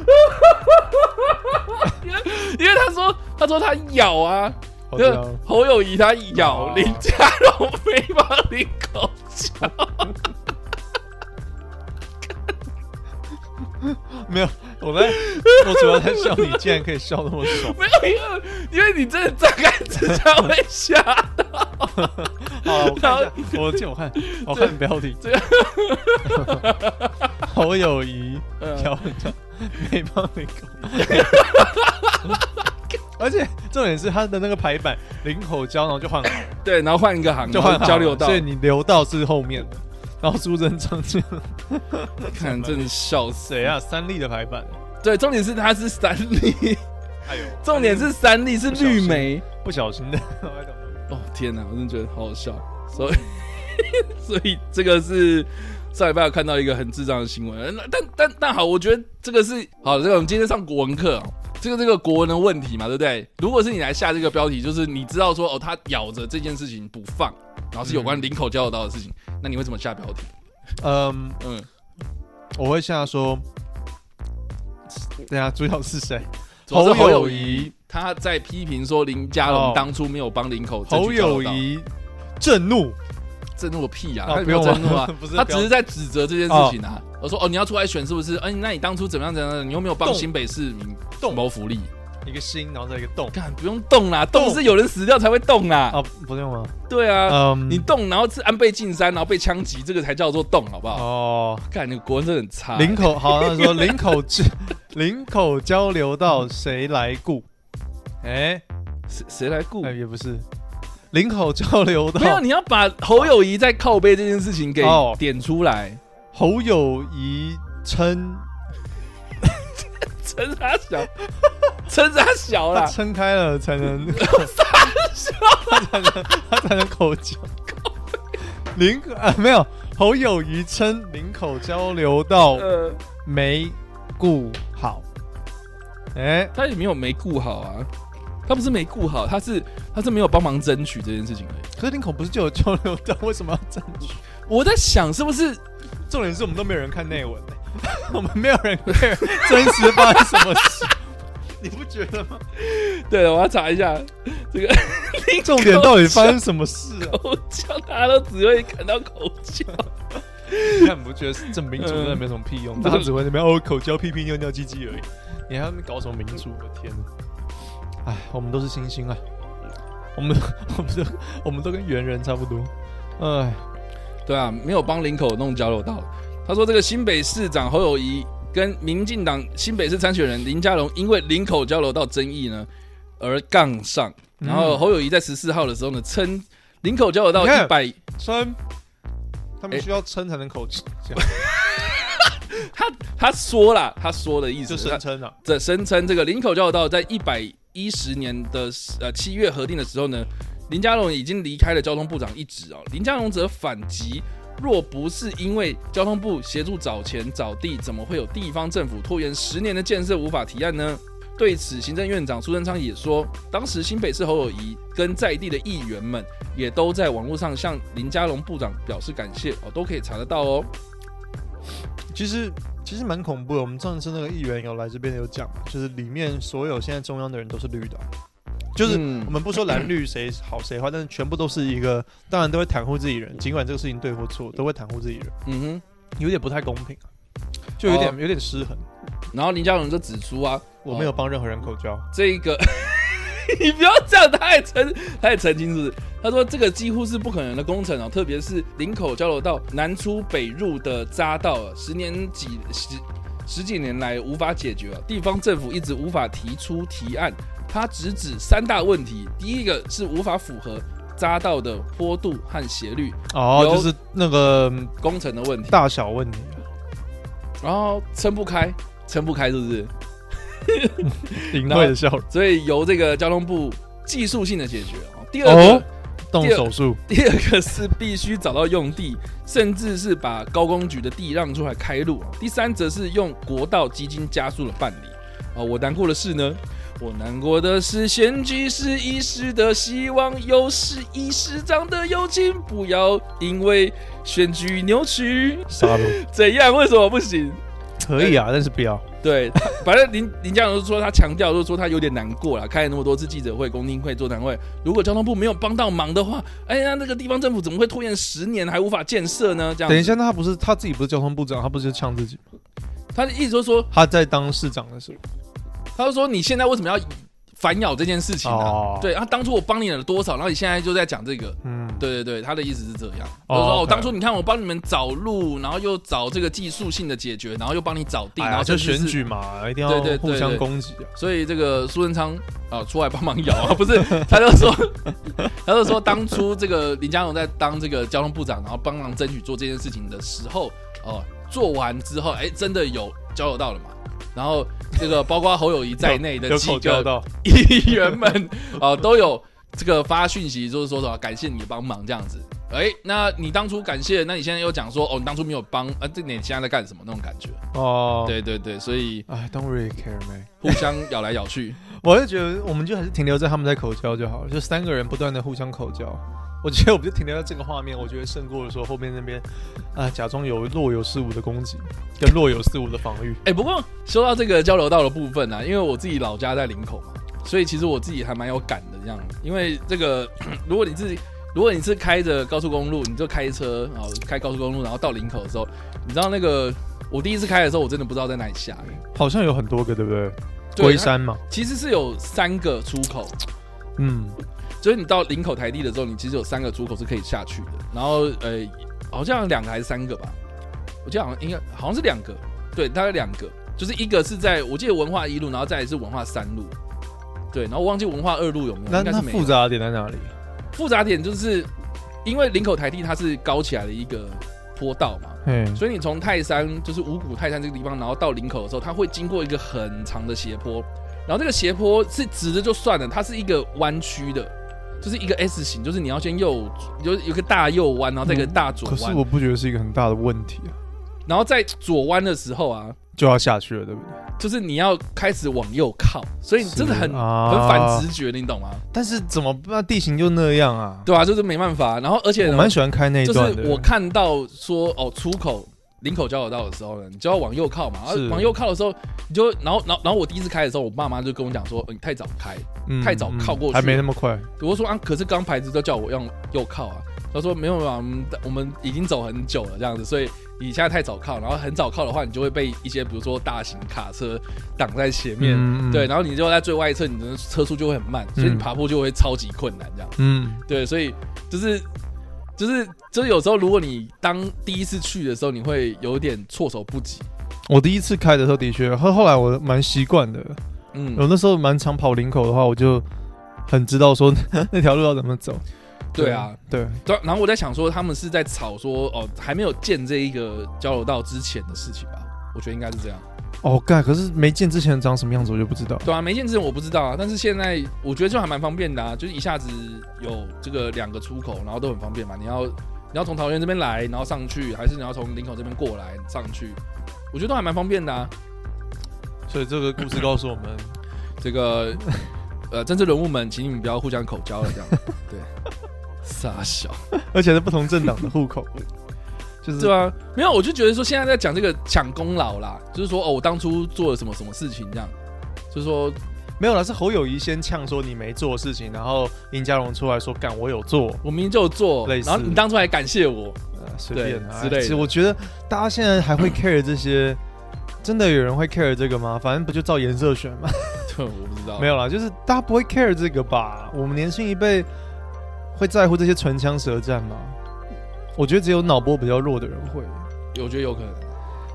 因为他说他说他咬啊，口就交侯友谊他咬哦林家龙没帮林口交。没有，我在，我主要在笑你，竟然可以笑那 <laughs> 么爽。没有，因为因为你真的张开之下会吓到，好，我看一下，我借我看，我看标题 <laughs> 这个。侯友谊嗯摇一摇，没帮你口。 <laughs> 而且重点是他的那个排版领口胶，然后就换好了，对，然后换一个行，就换然后嗯好了交流道所，以你流道是后面的，然后朱真长 <laughs> 这样，看真的笑死。谁啊？三立的排版，对，重点是它是三粒，哎呦，重点是三粒是绿莓。不小心的， <laughs> 哦天哪，我真的觉得好好笑。所以， <laughs> 所以这个是上礼拜有看到一个很智障的新闻。那但但但好，我觉得这个是好。这个我们今天上国文课、哦，这个这个国文的问题嘛，对不对？如果是你来下这个标题，就是你知道说哦，他咬着这件事情不放，然后是有关林口交流道的事情，那你会怎么下标题？嗯，嗯，我会下说，对啊，主角是谁？总之侯友友谊谊他在批评说林佳哦龙当初没有帮林口争侯取交流友道谊震怒，震怒个屁啊！哦，他没有震怒啊 <laughs> 不是他不只要是在指责这件事情啊。我说哦，你要出来选是不是？哎，那你当初怎么样怎么样？你又没有帮动新北市民动谋福利，一个心，然后再一个动干不用动啦，动动是有人死掉才会动啦。啊，不用吗？对啊，嗯，你动然后是安倍晋三，然后被枪击，这个才叫做动，好不好？哦，干，你国文真的很差。林口好，那说林口 <laughs> 交林口交流道谁来顾？哎、谁谁来顾哎？也不是，林口交流没有，道你要把侯友谊在靠背这件事情给哦点出来。侯友谊撑撑他小，撑他小他啦，撑开了 <laughs> 才能，他才能他才能口交。林口啊没有侯友谊撑林口交流道呃，没顾好，哎、他也没有没顾好啊，他不是没顾好，他是他是没有帮忙争取这件事情而已。可是林口不是就有交流道，为什么要争取？我在想是不是重点是我们都没有人看内文、欸 <laughs> 我们没有人 care 真实发生什么事， <laughs> 你不觉得吗？对了，我要查一下 <laughs> 这个重点到底发生什么事啊？口交，大家都只会看到口交， <laughs> 你看，你不觉得证明主真的没什么屁用？大家只会在那边哦口交、屁屁、尿尿、鸡鸡而已，你还要搞什么民主？我的天哪！哎，我们都是星星啊，我们 <laughs> 我们都我们都跟猿人差不多。哎，对啊，没有帮林口弄交流道。他说这个新北市长侯友谊跟民进党新北市参选人林佳龙因为林口交流道争议呢而杠上，然后嗯侯友谊在十四号的时候呢称林口交流道你看一百。撑，哎他们需要撑才能口交，他他说啦，他说的意思就是声他称啊，这声称这个林口交流道在一百一十年的呃七月核定的时候呢，林佳龙已经离开了交通部长一职哦。林佳龙则反击，若不是因为交通部协助找钱找地，怎么会有地方政府拖延十年的建设无法提案呢？对此，行政院长苏贞昌也说，当时新北市侯友谊跟在地的议员们也都在网络上向林佳龙部长表示感谢哦，都可以查得到哦。其实其实蛮恐怖的。我们上次那个议员有来这边有讲嘛，就是里面所有现在中央的人都是绿的啊，就是嗯我们不说蓝绿谁好谁坏，但是全部都是一个，当然都会袒护自己人，尽管这个事情对或错，都会袒护自己人，嗯哼。有点不太公平啊，就有点、哦有点失衡。然后林佳龙就指出啊，我没有帮任何人口交，这个， <laughs> 你不要这样，他也澄，他也澄清是不是，他说这个几乎是不可能的工程哦，特别是林口交流道南出北入的匝道啊，十年几十十几年来无法解决啊，地方政府一直无法提出提案。他直指三大问题，第一个是无法符合匝道的坡度和斜率哦，有就是那个嗯工程的问题，大小问题啊，然后撑不开，撑不开是不是？隐晦的笑容，所以由这个交通部技术性的解决哦。第二个。哦动手术，第二个是必须找到用地，甚至是把高工局的地让出来开路。第三则是用国道基金加速的办理。啊，我难过的是呢，我难过的是选举是一时的希望，又是一时长的友情，不要因为选举扭曲。杀戮怎样？为什么不行？ <laughs> 可以啊，但是不要。对，他反正林林佳龙就说他强调，就是说他有点难过了，开了那么多次记者会、公听会、座谈会，如果交通部没有帮到忙的话，哎呀，那个地方政府怎么会拖延十年还无法建设呢？这样，等一，下，那他不是他自己不是交通部长，他不是就呛自己吗？他的意思就是说，他在当市长的时候，他就说你现在为什么要反咬这件事情啊哦。对，啊，当初我帮你了多少，然后你现在就在讲这个。嗯，对对对，他的意思是这样。我哦说，哦 OK 当初你看我帮你们找路，然后又找这个技术性的解决，然后又帮你找地，哎呀然后就甚至选是举嘛，一定要对对对互相对攻击啊。所以这个苏贞昌啊出来帮忙摇啊，不是，他就说，他就说当初这个林佳龙在当这个交通部长，然后帮忙争取做这件事情的时候，哦、做完之后，哎、真的有交流到了嘛？然后这个包括侯友谊在内的有几口交个到，议员们啊、哦都有这个发讯息，就是说什么感谢你的帮忙这样子。哎、那你当初感谢，那你现在又讲说哦，你当初没有帮，啊，这你现在在干什么那种感觉？哦，对对对，所以哎，don't really care man。互相咬来咬去。我就觉得我们就还是停留在他们在口交就好了，就三个人不断的互相口交。我觉得我们就停留在这个画面，我觉得胜过说后面那边啊假装有若有似无的攻击跟若有似无的防御。哎、不过说到这个交流道的部分呢、啊，因为我自己老家在林口嘛，所以其实我自己还蛮有感的这样。因为这个， <clears throat> 如果你自己，如果你是开着高速公路，你就开车啊，开高速公路，然后到林口的时候，你知道那个我第一次开的时候，我真的不知道在哪里下、欸。好像有很多个，对不对？对龟山嘛，它其实是有三个出口，嗯，就是你到林口台地的时候，你其实有三个出口是可以下去的。然后呃，好像两个还是三个吧，我记得好像应该好像是两个，对，大概两个，就是一个是在我记得文化一路，然后再来是文化三路，对，然后我忘记文化二路有没有，那应该那是没有复。杂的点在哪里？复杂点就是因为林口台地它是高起来的一个坡道嘛，嗯，所以你从泰山，就是五股泰山这个地方，然后到林口的时候，它会经过一个很长的斜坡，然后这个斜坡是直的就算了，它是一个弯曲的，就是一个 S 型，就是你要先右，有有一个大右弯，然后再一个大左可是弯，我不觉得是一个很大的问题啊，然后在左弯的时候啊，就要下去了，对不对？就是你要开始往右靠，所以你真的很是啊很反直觉，你懂吗？但是怎么那地形就那样啊？对啊，就是没办法。然后而且我呢蛮，喜欢开那一就段的。是我看到说哦，出口。林口交流道的时候呢，你就要往右靠嘛。然是后往右靠的时候，你就然后然后然后我第一次开的时候，我爸妈就跟我讲说、呃你太早开。嗯太早靠过去还没那么快。我就说啊，可是刚牌子都叫我用右靠啊。他说没有啊，我们我们已经走很久了这样子，所以你现在太早靠，然后很早靠的话，你就会被一些比如说大型卡车挡在前面，嗯嗯对，然后你就在最外侧，你的车速就会很慢，所以你嗯爬坡就会超级困难这样。嗯，对，所以就是就是就是有时候，如果你当第一次去的时候，你会有点措手不及。我第一次开的时候的确，后后来我蛮习惯的。嗯，我那时候蛮常跑林口的话，我就很知道说 <laughs> 那条路要怎么走。对啊，对，对。然后我在想说，他们是在吵说哦，还没有建这一个交流道之前的事情吧？我觉得应该是这样。哦，干，可是没见之前长什么样子我就不知道。对啊，没建之前我不知道啊，但是现在我觉得就还蛮方便的啊，就是一下子有这个两个出口，然后都很方便嘛。你要你要从桃园这边来，然后上去，还是你要从林口这边过来上去？我觉得都还蛮方便的啊。所以这个故事告诉我们，这个呃，政治人物们，请你们不要互相口交了， <laughs> 这样对，傻小， <laughs> 而且是不同政党的户 <laughs> 口，就是对啊，没有，我就觉得说现在在讲这个抢功劳啦，就是说哦，我当初做了什么什么事情这样，就是说没有啦，是侯友谊先呛说你没做事情，然后林佳荣出来说干我有做，我明明就有做，类然似后你当初还感谢我，呃随便对啊之类的其实我觉得大家现在还会 care 这些，真的有人会 care 这个吗？反正不就照颜色选吗？ <laughs> 对，我不知道，没有啦，就是大家不会 care 这个吧？我们年轻一辈会在乎这些唇枪舌战吗？我觉得只有脑波比较弱的人会。有，我觉得有可能，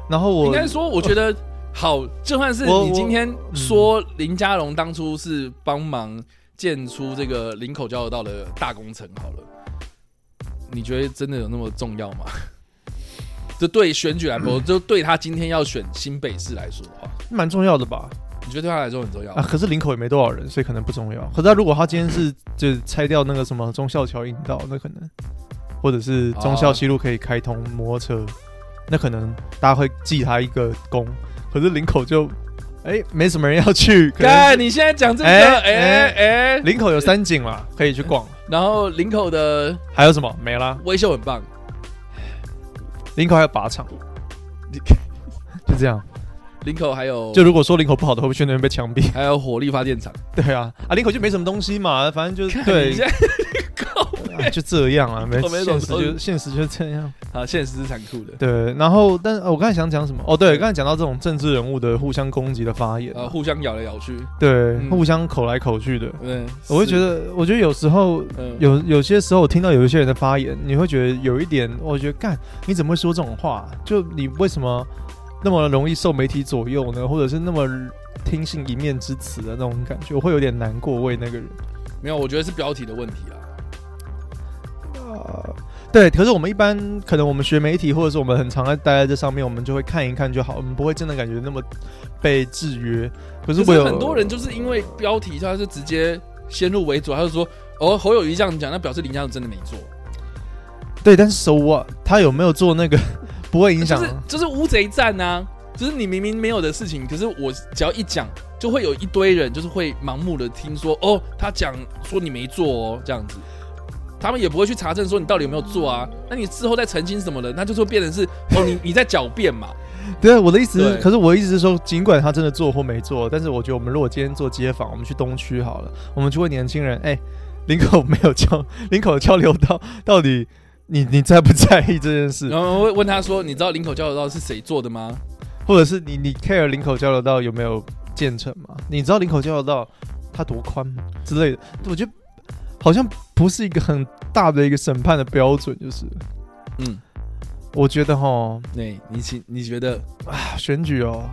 然后应我该说，我觉得。好，就算是我你今天我嗯说林佳龙当初是帮忙建出这个林口交流道的大工程好了，你觉得真的有那么重要吗？ <laughs> 就对选举来说，就对他今天要选新北市来说的话，蛮重要的吧？你觉得对他来说很重要啊，吗？可是林口也没多少人，所以可能不重要。可是他如果他今天是就拆掉那个什么忠孝桥引道，那可能，或者是啊忠孝西路可以开通摩托车，那可能大家会记他一个功。可是林口就，哎、没什么人要去。可能干，你现在讲这个，哎哎哎，林口有三景啦，可以去逛。然后林口的还有什么没啦？维修很棒，林口还有靶 <laughs> 场，就这样。林口还有就如果说林口不好的，会不会去那边被枪毙？ <laughs> 还有火力发电厂，对啊，啊，林口就没什么东西嘛，反正就看对你现在靠啊就这样啊， <laughs> 没懂没懂现实就现实就是这样。啊，现实是残酷 <laughs> 的，对，然后但呃我刚才想讲什么？哦，对，刚才讲到这种政治人物的互相攻击的发言啊、呃，互相咬来咬去，对，嗯互相口来口去的，嗯，我会觉得，得，我觉得有时候嗯，有有些时候我听到有一些人的发言，你会觉得有一点，我觉得干你怎么会说这种话？就你为什么那么容易受媒体左右呢？或者是那么听信一面之词的那种感觉，我会有点难过为那个人。没有，我觉得是标题的问题啊。呃，对，可是我们一般可能我们学媒体，或者是我们很常在待在这上面，我们就会看一看就好，我们不会真的感觉那么被制约。可是可我是有很多人就是因为标题，他是直接先入为主，他就说哦，侯友谊这样讲，那表示林佳龙真的没做，对，但是 so what？他有没有做那个不会影响？啊就是就是乌贼战啊，就是你明明没有的事情，可是我只要一讲，就会有一堆人就是会盲目的听说哦，他讲说你没做哦这样子。他们也不会去查证说你到底有没有做啊？嗯那你之后再澄清什么的，那就是会变成是 <laughs> 哦，你你在狡辩嘛？对，我的意思是，对可是我的意思是说，尽管他真的做或没做，但是我觉得我们如果今天做街访，我们去东区好了，我们去问年轻人，哎、林口没有交， <laughs> 林口交流道到底你你在不在意这件事，然后会问他说，你知道林口交流道是谁做的吗？或者是你你 care 林口交流道有没有建成吗？你知道林口交流道它多宽吗？之类的，我觉得好像不是一个很大的一个审判的标准，就是嗯，我觉得哈，对，你请你觉得啊 <sighs> 选 <laughs> 举哦，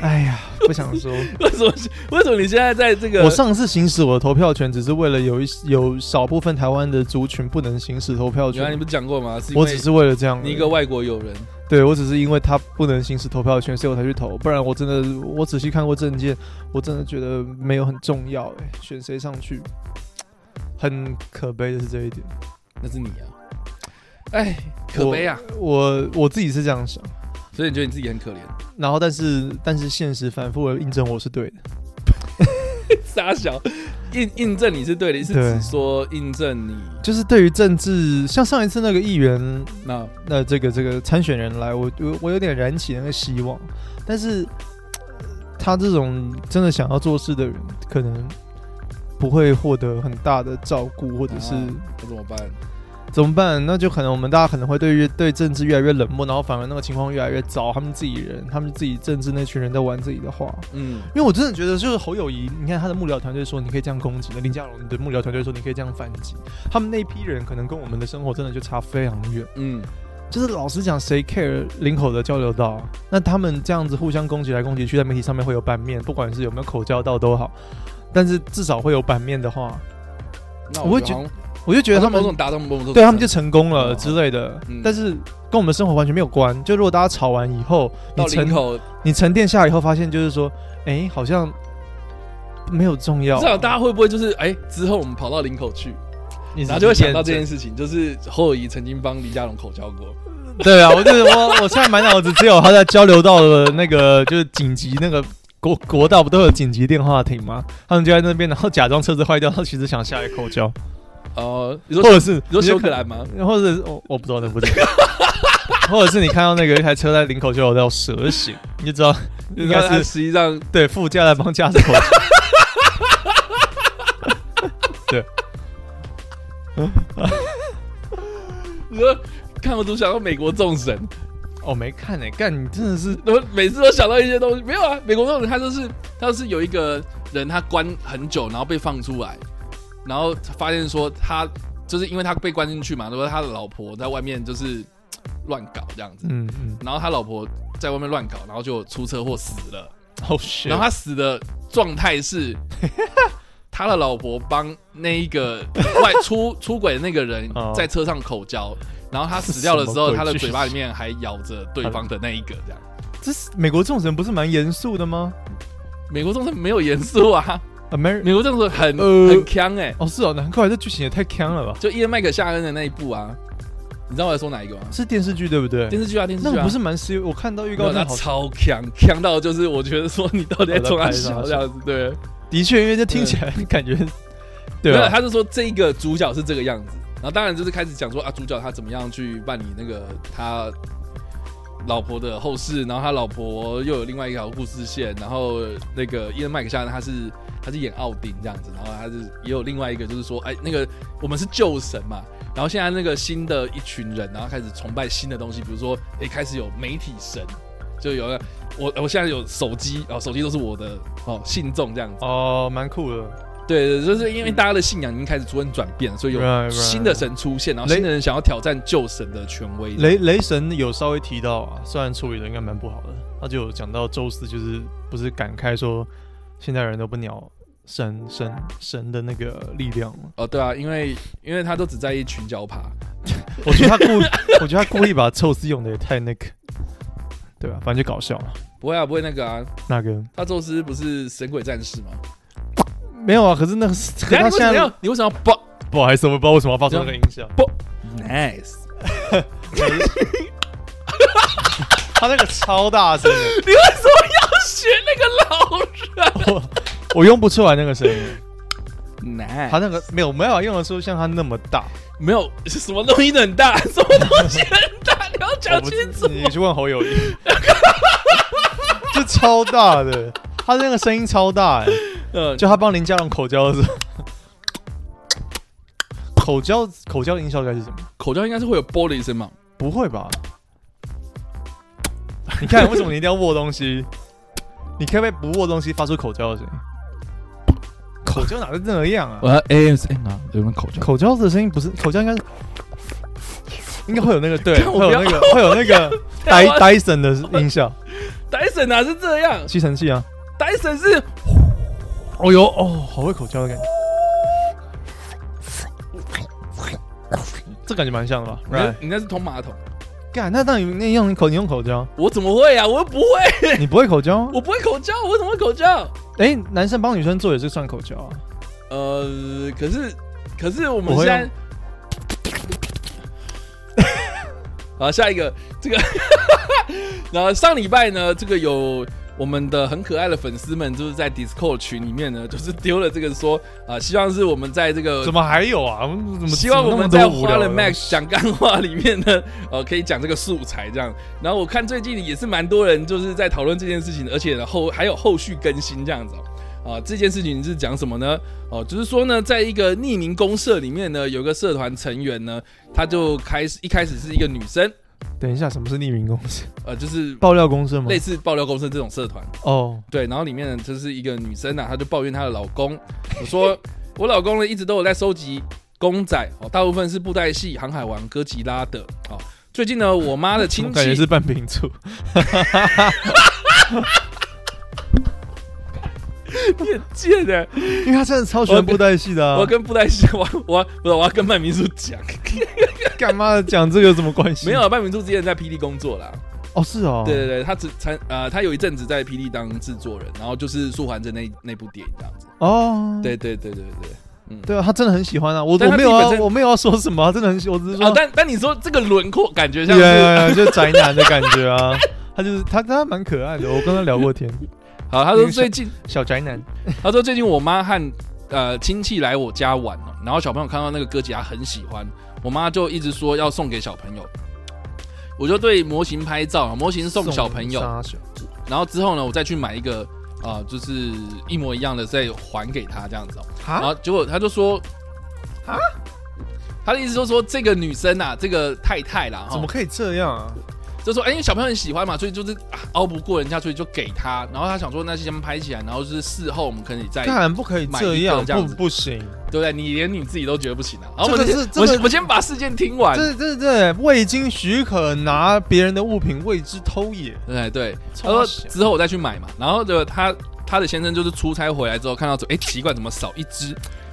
哎呀，不想说。为什么为什么你现在在这个我上次行使我的投票权，只是为了有一有少部分台湾的族群不能行使投票原来你权不。是讲过吗？是因我为只是为了这样而已，你一个外国友人，对我只是因为他不能行使投票权，所以我才去投。不然我真的，我仔细看过证件，我真的觉得没有很重要、哎，选谁上去，很可悲的是这一点。那是你啊！哎，可悲啊！我我自己是这样想，所以你觉得你自己很可怜？然后但是但是现实反复的印证我是对的。傻小，印印证你是对的，是对指说印证你就是对于政治，像上一次那个议员那那这个这个参选人来，我我我有点燃起那个希望，但是呃他这种真的想要做事的人，可能不会获得很大的照顾，或者是、啊那怎么办？怎么办？那就可能我们大家可能会对越对政治越来越冷漠，然后反而那个情况越来越糟。他们自己人，他们自己政治那群人在玩自己的话。嗯，因为我真的觉得，就是侯友谊，你看他的幕僚团队说你可以这样攻击，那林佳龙的幕僚团队说你可以这样反击，他们那一批人可能跟我们的生活真的就差非常远。嗯，就是老实讲，谁 care 林口的交流道啊？那他们这样子互相攻击来攻击去，在媒体上面会有版面，不管是有没有口交道都好，但是至少会有版面的话，那我会觉得好觉像我就觉得他好像某们种达到某种对他们就成成功了嗯之类的嗯，但是跟我们生活完全没有关。就如果大家吵完以后，你到林沉口，你沉淀下来以后，发现就是说，哎，好像没有重要不知，道大家会不会就是哎，之后我们跑到林口去，你然后就会想到这件事情，就是侯友谊曾经帮李佳龙口交过， <laughs> 对啊，我就是我，我现在满脑子只有他在交流道的那个，就是紧急那个国国道不都有紧急电话亭吗？他们就在那边，然后假装车子坏掉，他其实想下来口交，哦，你或说者是你说就修克看，兰吗？或者是我我不知道那不知道， <laughs> 或者是你看到那个有一台车在领口交流道蛇行，你就知道应该他是实际上对副驾在帮驾驶口交。对，你说看我怎么想到美国众神，哦，没看哎、干你真的是我每次都想到一些东西。没有啊，美国众神他就是他就是有一个人他关很久，然后被放出来，然后发现说他就是因为他被关进去嘛，然后他的老婆在外面就是嘖乱搞这样子，嗯嗯，然后他老婆在外面乱搞，然后就出车祸死了，好悬，然后他死的状态 <laughs> 是。他的老婆帮那一个 <laughs> 外出出轨的那个人哦在车上口交，然后他死掉的时候，什么鬼他的剧嘴巴里面还咬着对方的那一个，这样。这是美国众神不是蛮严肃的吗美国众神没有严肃啊， ？American。美国众神很、呃很强哎、哦，是哦，难怪这剧情也太坑了吧？就伊恩麦克夏恩的那一部啊，你知道我在说哪一个吗？是电视剧对不对？电视剧啊，电视剧、那啊，个不是蛮 serious，我看到预告没有片那好，超强，强到就是我觉得说你到底在冲他笑这样子，对，的确，因为这听起来 <laughs> 感觉，对没有，啊，他就说这个主角是这个样子，然后当然就是开始讲说啊，主角他怎么样去办理那个他老婆的后事，然后他老婆又有另外一条故事线，然后那个伊恩麦克夏恩他是他是演奥丁这样子，然后他是也有另外一个就是说，哎，那个我们是旧神嘛，然后现在那个新的一群人，然后开始崇拜新的东西，比如说，哎，开始有媒体神，就有了我我现在有手机哦，手机都是我的哦信众这样子，哦，蛮酷的。对对，就是因为大家的信仰已经开始逐渐转变，所以 Right, 有 right. 新的神出现，然后雷新的人想要挑战旧神的权威，雷雷神有稍微提到啊，虽然处理的应该蛮不好的，他就有讲到宙斯就是不是感慨说，现代人都不鸟神神神的那个力量吗？哦，对啊，因为因为他都只在意群交爬，我觉得 <laughs> 他故，我觉得他故意把宙斯用的也太那个，对吧？反正就搞笑嘛。不会啊，不会那个啊，那个他宙斯不是神鬼战士吗？没有啊，可是那个是可是等一下他你为什现么在要你为什么要爆不好意思，我不知道为什么要发出那个音效。 ？Nice，他那个超大声的， <laughs> 你为什么要学那个老人我我用不出来那个声音。 <laughs> ？Nice，他那个没有没有用的时候像他那么大。没有什么东西很大，什么东西很大，你要我讲不清知楚。你去问侯友谊，这超大的，他那个声音超大哎、嗯，就他帮林家龙口交的时候，口交口交的音效该是什么？口罩应该是会有玻璃声嘛？不会吧？你看为什么你一定要握东西？你可不可以不握东西发出口交的声音？口交哪是那样啊？要 ASM 啊，有没有口罩？口交的声音不是口交，应该是应该会有那个对，看我会有不要那个会有那个戴戴戴森的音效，戴森哪啊是这样？吸尘器啊。戴森是哦哟，哦，好会口交的感觉。这感觉蛮像的吧你？Right，那你那是通马桶，干，那那你那用你口你用口交，我怎么会啊？我又不会，你不会口交吗？我不会口罩，我怎么会口罩？哎，男生帮女生做也是算口交啊。呃，可是可是我们我会现在。用 <laughs> 好，下一个这个， <laughs> 然后上礼拜呢，这个有我们的很可爱的粉丝们，就是在 Discord 群里面呢，就是丢了这个说啊、希望是我们在这个怎么还有啊？我们怎么希望我们怎在么那么多花了无聊的 Max 讲干话里面呢，呃，可以讲这个素材这样。然后我看最近也是蛮多人就是在讨论这件事情，而且呢后还有后续更新这样子哦。啊，这件事情是讲什么呢？哦，就是说呢，在一个匿名公社里面呢，有个社团成员呢，他就开始一开始是一个女生，等一下，什么是匿名公司？呃，就是爆料公司吗类？似爆料公社这种社团，哦，对，然后里面呢就是一个女生啊，她就抱怨她的老公，我说我老公呢一直都有在收集公仔哦，大部分是布袋戏、航海王、哥吉拉的哦。最近呢，我妈的我亲感戚觉是半瓶醋。也贱的，因为他真的超喜欢布袋戏的啊我！跟布袋戏，我我不是我要跟半明珠 <laughs> 讲，干嘛讲这个有什么关系？没有啊半明珠之前在 PD 工作啦，哦，是哦，对对对，她只参呃，她有一阵子在 PD 当制作人，然后就是素还真那那部电影这样子，哦，对对对对对。对啊，他真的很喜欢啊！我但我他没有自己啊本，身我没有要说什么啊，真的很喜，我只是说哦，，但但你说这个轮廓感觉像对是呀， <laughs> 就宅男的感觉啊。他就是他，他蛮可爱的。我跟他聊过天， <laughs> 好，他说最近 <laughs> 小宅男。他说最近我妈和呃亲戚来我家玩哦，然后小朋友看到那个哥吉拉很喜欢，我妈就一直说要送给小朋友。我就对模型拍照，模型送小朋友，杀手然后之后呢，我再去买一个啊、呃就是一模一样的再还给他这样子、哦。然哈，后结果他就说啊，他的意思就是说这个女生啊，这个太太啦，怎哦么可以这样啊？就说哎、因为小朋友很喜欢嘛，所以就是、啊拗不过人家，所以就给他。然后他想说那先拍起来，然后就是事后我们可以再干不可以这买一样，个这样不子不行，对不对？你连你自己都觉得不行啊！好，这我个们先是这我个先我先把事件听完。这这这未经许可拿别人的物品为之偷也。对对，他超说小之后我再去买嘛。然后就他他的先生就是出差回来之后看到说，哎，奇怪，怎么少一只？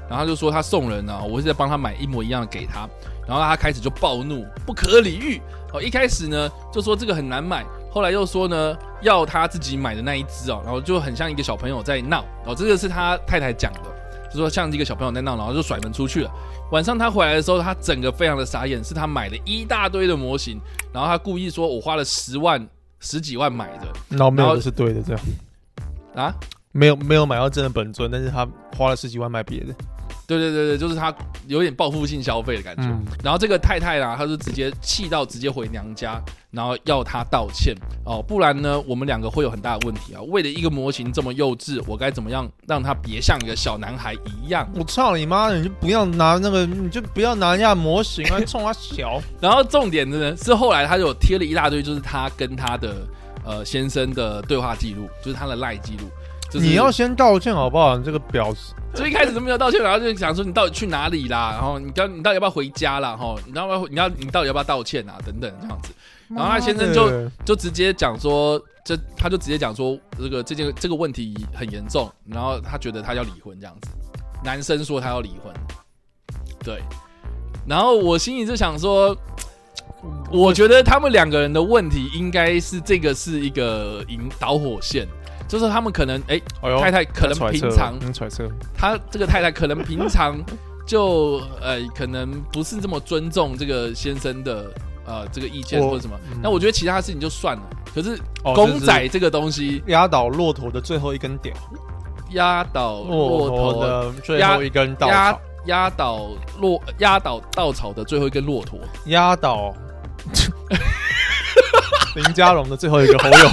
然后他就说他送人啊，我是在帮他买一模一样的给他。然后他开始就暴怒，不可理喻。哦，一开始呢就说这个很难买，后来又说呢要他自己买的那一只哦，然后就很像一个小朋友在闹。哦，这个是他太太讲的，就说像一个小朋友在闹，然后就甩门出去了。晚上他回来的时候，他整个非常的傻眼，是他买了一大堆的模型，然后他故意说我花了十万十几万买的然后没然有后的是对的，这样啊，没有没有买到真的本尊，但是他花了十几万买别的。对对对对，就是他有点报复性消费的感觉。嗯然后这个太太啦，她就直接气到直接回娘家，然后要他道歉哦，不然呢，我们两个会有很大的问题啊。为了一个模型这么幼稚，我该怎么样让他别像一个小男孩一样？我操你妈的！你就不要拿那个，你就不要拿人家的模型啊，冲他小。然后重点的呢是后来他就有贴了一大堆，就是他跟他的呃先生的对话记录，就是他的赖记录。就是、你要先道歉好不好？你这个婊子！ <laughs> 就一开始都没有道歉，然后就想说你到底去哪里啦，然后你到你到底要不要回家啦，哈，你要不要你要你到底要不要道歉啊，等等这样子，然后他先生就妈的就直接讲说，这他就直接讲说这个这件这个问题很严重，然后他觉得他要离婚这样子，男生说他要离婚，对，然后我心里就想说。我觉得他们两个人的问题应该是这个是一个引导火线，就是他们可能哎、哎呦太太可能揣测平常嗯揣测，他这个太太可能平常就呃，可能不是这么尊重这个先生的呃这个意见我或者什么嗯。那我觉得其他事情就算了，可是哦公仔这个东西这是压倒骆驼的最后一根屌，压倒骆哦驼驼的的最后一根哦稻压草，压倒骆压倒稻草的最后一根骆驼，压 <laughs> 倒林家龙的最后一个喉 <laughs> 咙，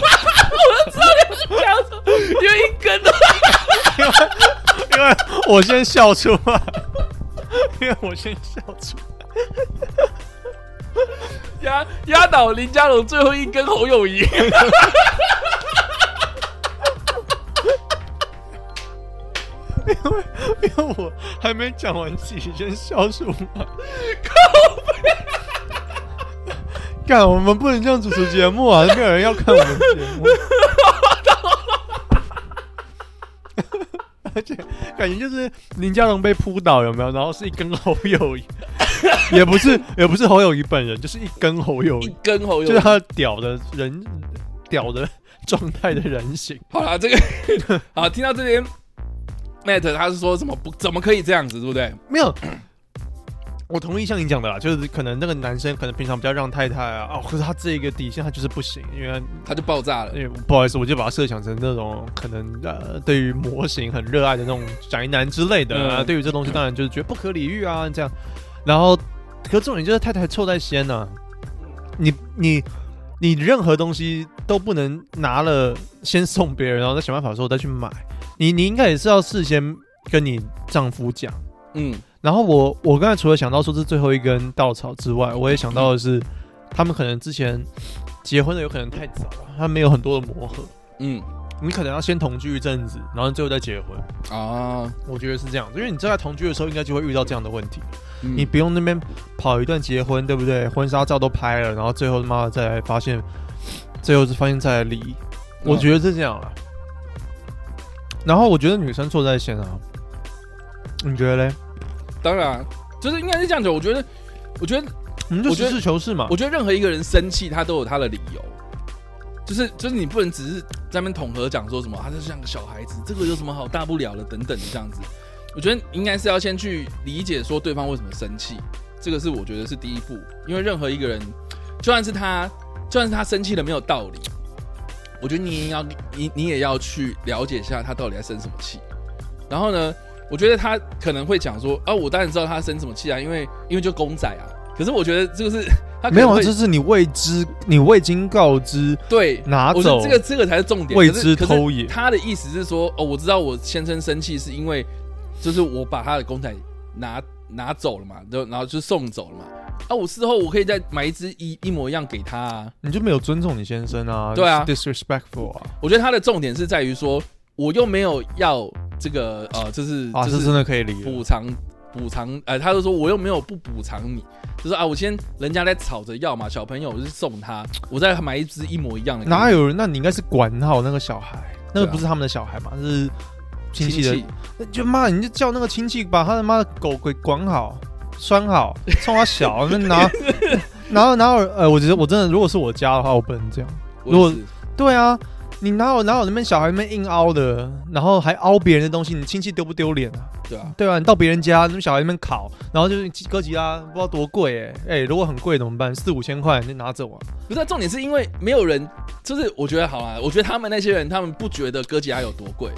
因为一根因为我先笑出来， <laughs> 因为我先笑出来。 <laughs> 压压倒林家龙最后一根侯友谊。因为我还没讲完，自己先笑出来。干，我们不能这样主持节目啊！没有人要看我们节目。而且感觉就是林家龙被扑倒，有没有？然后是一根侯友谊，也不是，也不是侯友谊本人，就是一根侯友一谊，根侯友就是谊。他屌的人，屌的状态的人形。好啦，这个 <laughs> 好，听到这边，Matt 他是说什么不怎么可以这样子，对不对？没有。我同意像你讲的啦，就是可能那个男生可能平常比较让太太啊，哦，可是他这一个底线他就是不行，因为他就爆炸了因。为不好意思，我就把他设想成那种可能呃对于模型很热爱的那种宅男之类的、啊，嗯对于这东西当然就是觉得不可理喻啊这样，然后可重点就是太太臭在先呢、你你你任何东西都不能拿了先送别人，然后再想办法说再去买，你你应该也是要事先跟你丈夫讲。嗯，然后我我刚才除了想到说这最后一根稻草之外，我也想到的是，他们可能之前结婚的有可能太早了，他们有很多的磨合，嗯你可能要先同居一阵子，然后最后再结婚。啊，我觉得是这样子，因为你正在同居的时候，应该就会遇到这样的问题。你你不用那边跑一段结婚，对不对？婚纱照都拍了，然后最后他妈的再来发现，最后是发现再来离，嗯我觉得是这样了。啊然后我觉得女生错在先啊，你觉得嘞？当然啊，就是应该是这样子。我觉得，我觉得，我们就我觉实得事求是嘛。我觉得任何一个人生气，他都有他的理由。就是就是，你不能只是在那边统合讲说什么，他就像个小孩子，这个有什么好大不了的等等这样子。我觉得应该是要先去理解说对方为什么生气，这个是我觉得是第一步。因为任何一个人，就算是他，就算是他生气了没有道理，我觉得你也要你你也要去了解一下他到底在生什么气。然后呢，我觉得他可能会讲说，啊，我当然知道他生什么气啊，因为因为就公仔啊。可是我觉得这个是 <laughs> 他可能没有啊，会这是你未知，你未经告知对拿我觉走得这个这个才是重点。未可是知可是偷也他的意思是说，哦，我知道我先生生气是因为，就是我把他的公仔拿拿走了嘛，就然后就送走了嘛。啊，我事后我可以再买一只一一模一样给他、啊。你就没有尊重你先生啊，对啊，disrespectful 啊，我觉得他的重点是在于说，我又没有要这个呃，就是、啊，就这是真的可以理补了。偿补偿，呃，他就说我又没有不补偿你，就是啊，我先人家在吵着要嘛，小朋友我就送他，我再买一只一模一样的。哪？有人？那你应该是管好那个小孩，那个对啊不是他们的小孩嘛，是亲亲戚的。戚那就妈，你就叫那个亲戚把他的妈的狗给管好、拴好，冲他小，那 <laughs> 拿拿拿有呃，我觉得我真的，如果是我家的话，我不能这样。我如果也是对啊，你哪有哪有那边小孩那边硬凹的，然后还凹别人的东西，你亲戚丢不丢脸啊？对啊，对啊，你到别人家，那小孩那边烤，然后就是哥吉拉，不知道多贵哎、哎、如果很贵怎么办？四五千块你就拿走啊！不是、啊、重点是因为没有人，就是我觉得好啊啦，我觉得他们那些人他们不觉得哥吉拉有多贵，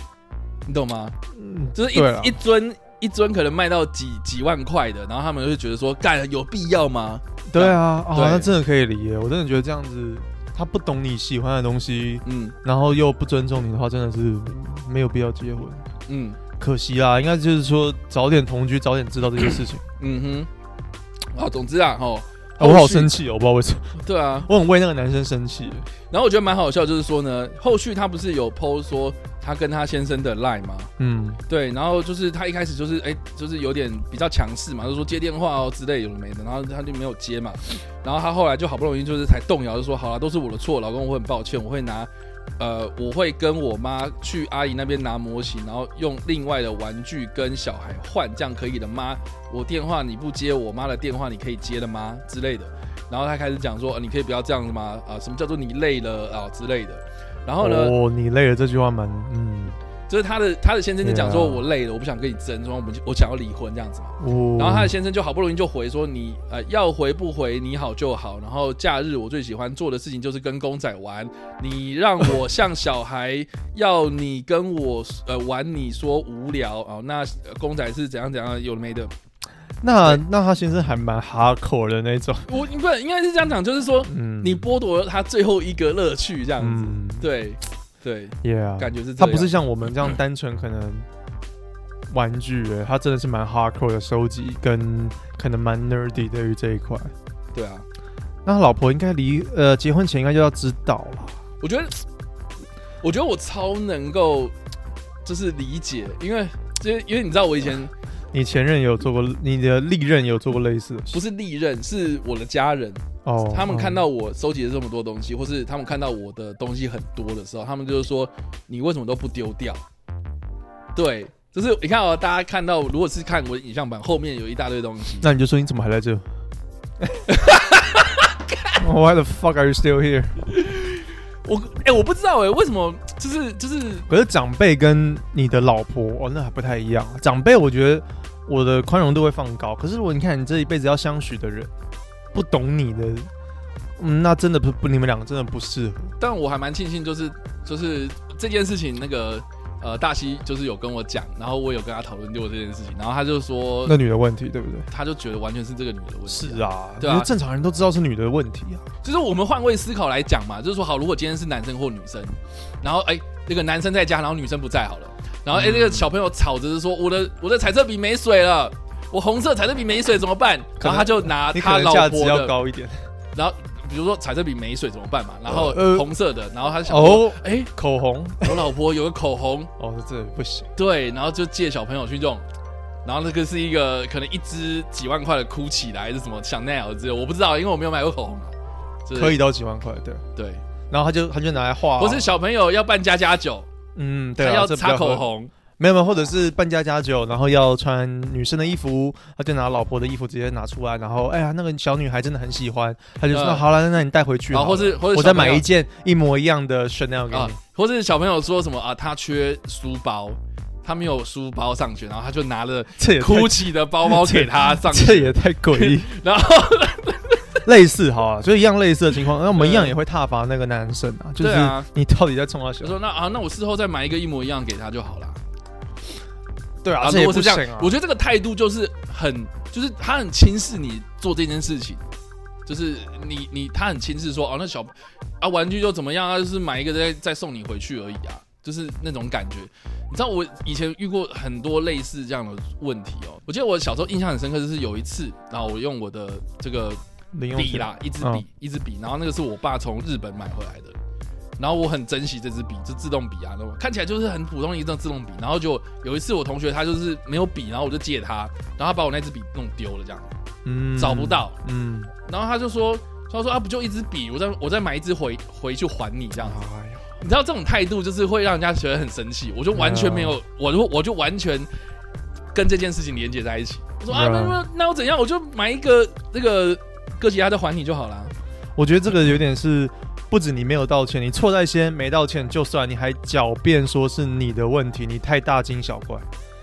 你懂吗？嗯，就是对啊一一尊一尊可能卖到几几万块的，然后他们就会觉得说，干有必要吗？对啊，啊，对那真的可以理耶。我真的觉得这样子，他不懂你喜欢的东西，嗯然后又不尊重你的话，真的是没有必要结婚。嗯可惜啦，应该就是说早点同居，早点知道这些事情。嗯哼，啊，总之啊，哦，啊我好生气哦，我不知道为什么，对啊，我很为那个男生生气耶。然后我觉得蛮好笑，就是说呢，后续他不是有 PO 说他跟他先生的 line 吗？嗯，对，然后就是他一开始就是哎、就是有点比较强势嘛，就说接电话哦之类有的没的，然后他就没有接嘛，然后他后来就好不容易就是才动摇，就说好了，都是我的错，老公，我很抱歉，我会拿，呃，我会跟我妈去阿姨那边拿模型，然后用另外的玩具跟小孩换，这样可以的吗？我电话你不接，我妈的电话你可以接的吗？之类的，然后他开始讲说，呃、你可以不要这样子吗？啊、什么叫做你累了啊、之类的，然后呢，哦，你累了这句话蛮，嗯，就是他的他的先生就讲说，对啊我累了，我不想跟你争，说我们就我想要离婚这样子嘛。哦，然后他的先生就好不容易就回说你呃要回不回你好就好。然后假日我最喜欢做的事情就是跟公仔玩，你让我像小孩，要你跟我呃玩，你说无聊哦，那呃公仔是怎样怎样有的没的。嗯那那他先生还蛮哈口的那种，我不应该是这样讲，就是说嗯，你剥夺了他最后一个乐趣这样子。对对， ，Yeah，感觉是这他样嗯不是像我们这样单纯可能玩具耶，他真的是蛮 hardcore 的收集，跟可能蛮 nerdy 对于这一块。对啊，那他老婆应该离呃结婚前应该就要知道了，我觉得，我觉得我超能够就是理解，因为就是因为你知道我以前哦你前任也有做过，你的历任也有做过类似的事不是历任，是我的家人，哦，他们看嗯到我收集了这么多东西，或是他们看到我的东西很多的时候，他们就是说你为什么都不丢掉？对，就是你看哦，大家看到如果是看我的影像版，后面有一大堆东西，那你就说你怎么还在这 <laughs> ？Why the fuck are you still here？我哎、我不知道哎、为什么就是就是可是长辈跟你的老婆哦，那还不太一样。长辈，我觉得我的宽容度会放高。可是如果你看你这一辈子要相许的人，不懂你的，嗯，那真的不不，你们两个真的不适合。但我还蛮庆幸，就是就是这件事情，那个呃大西就是有跟我讲，然后我有跟他讨论过这件事情，然后他就说，那女的问题，对不对？他就觉得完全呃是这个女的问题。是，啊，对啊因为正常人都知道是女的问题啊。就是我们换位思考来讲嘛，就是说好，如果今天是男生或女生，然后哎、那个男生在家，然后女生不在好了，然嗯后哎、那个小朋友吵着是说我的我的彩色笔没水了。我红色彩色笔没水怎么办？可然能后他就拿你可啊他能老价值婆要的，高一点然后比如说彩色笔没水怎么办嘛？然后呃红色的，然后他想说，哦。哎，口红我老婆有个口红，哦，这不行。对，然后就借小朋友去用，然后那个是一个可能一支几万块的 GUCCI 来还是什么 Chanel 之类，我不知道，因为我没有买过口红啊。就是可以到几万块，对。对，然后他就他就拿来画、不是，小朋友要办家家酒，嗯，对他啊，要这比擦较合口理红，没有没有，或者是扮家家酒，然后要穿女生的衣服，他就拿老婆的衣服直接拿出来，然后哎呀，那个小女孩真的很喜欢，他就说、嗯那好了，那你带回去然好后了，或是或是我小再朋买友一件一模一样的 Chanel 给你。啊，或是小朋友说什么啊，他缺书包，他没有书包上学，然后他就拿了这也太 GUCCI 的包包给他上 <laughs> 这学，。也太诡异 <laughs> 然后类似好啊，所以一样类似的情况，那我们对一样也会挞伐那个男生啊，就对是啊你到底在冲他就笑？说那啊，那我事后再买一个一模一样给他就好了。对啊，啊，如这也果不是这行样啊，。我觉得这个态度就是很，就是他很轻视你做这件事情，就是你你他很轻视说哦，那小啊玩具又怎么样啊，就是买一个再再送你回去而已啊，就是那种感觉。你知道我以前遇过很多类似这样的问题哦。我记得我小时候印象很深刻，就是有一次，然后我用我的这个零用笔钱啦，一支笔、嗯一支笔，然后那个是我爸从日本买回来的，然后我很珍惜这支笔，就自动笔啊，那种看起来就是很普通一张自动笔，然后就有一次我同学他就是没有笔，然后我就借他，然后他把我那支笔弄丢了，这样嗯找不，到，嗯，然后他就说。他说啊，不就一支笔，我再我再买一支回回去还你这样子。哎呀，你知道这种态度就是会让人家觉得很生气，我就完全没有，嗯我就我就完全跟这件事情连接在一起。我说啊，嗯那那那我怎样？我就买一个那个哥吉拉再还你就好了。我觉得这个有点是，不止你没有道歉，你错在先，没道歉就算，你还狡辩说是你的问题，你太大惊小怪。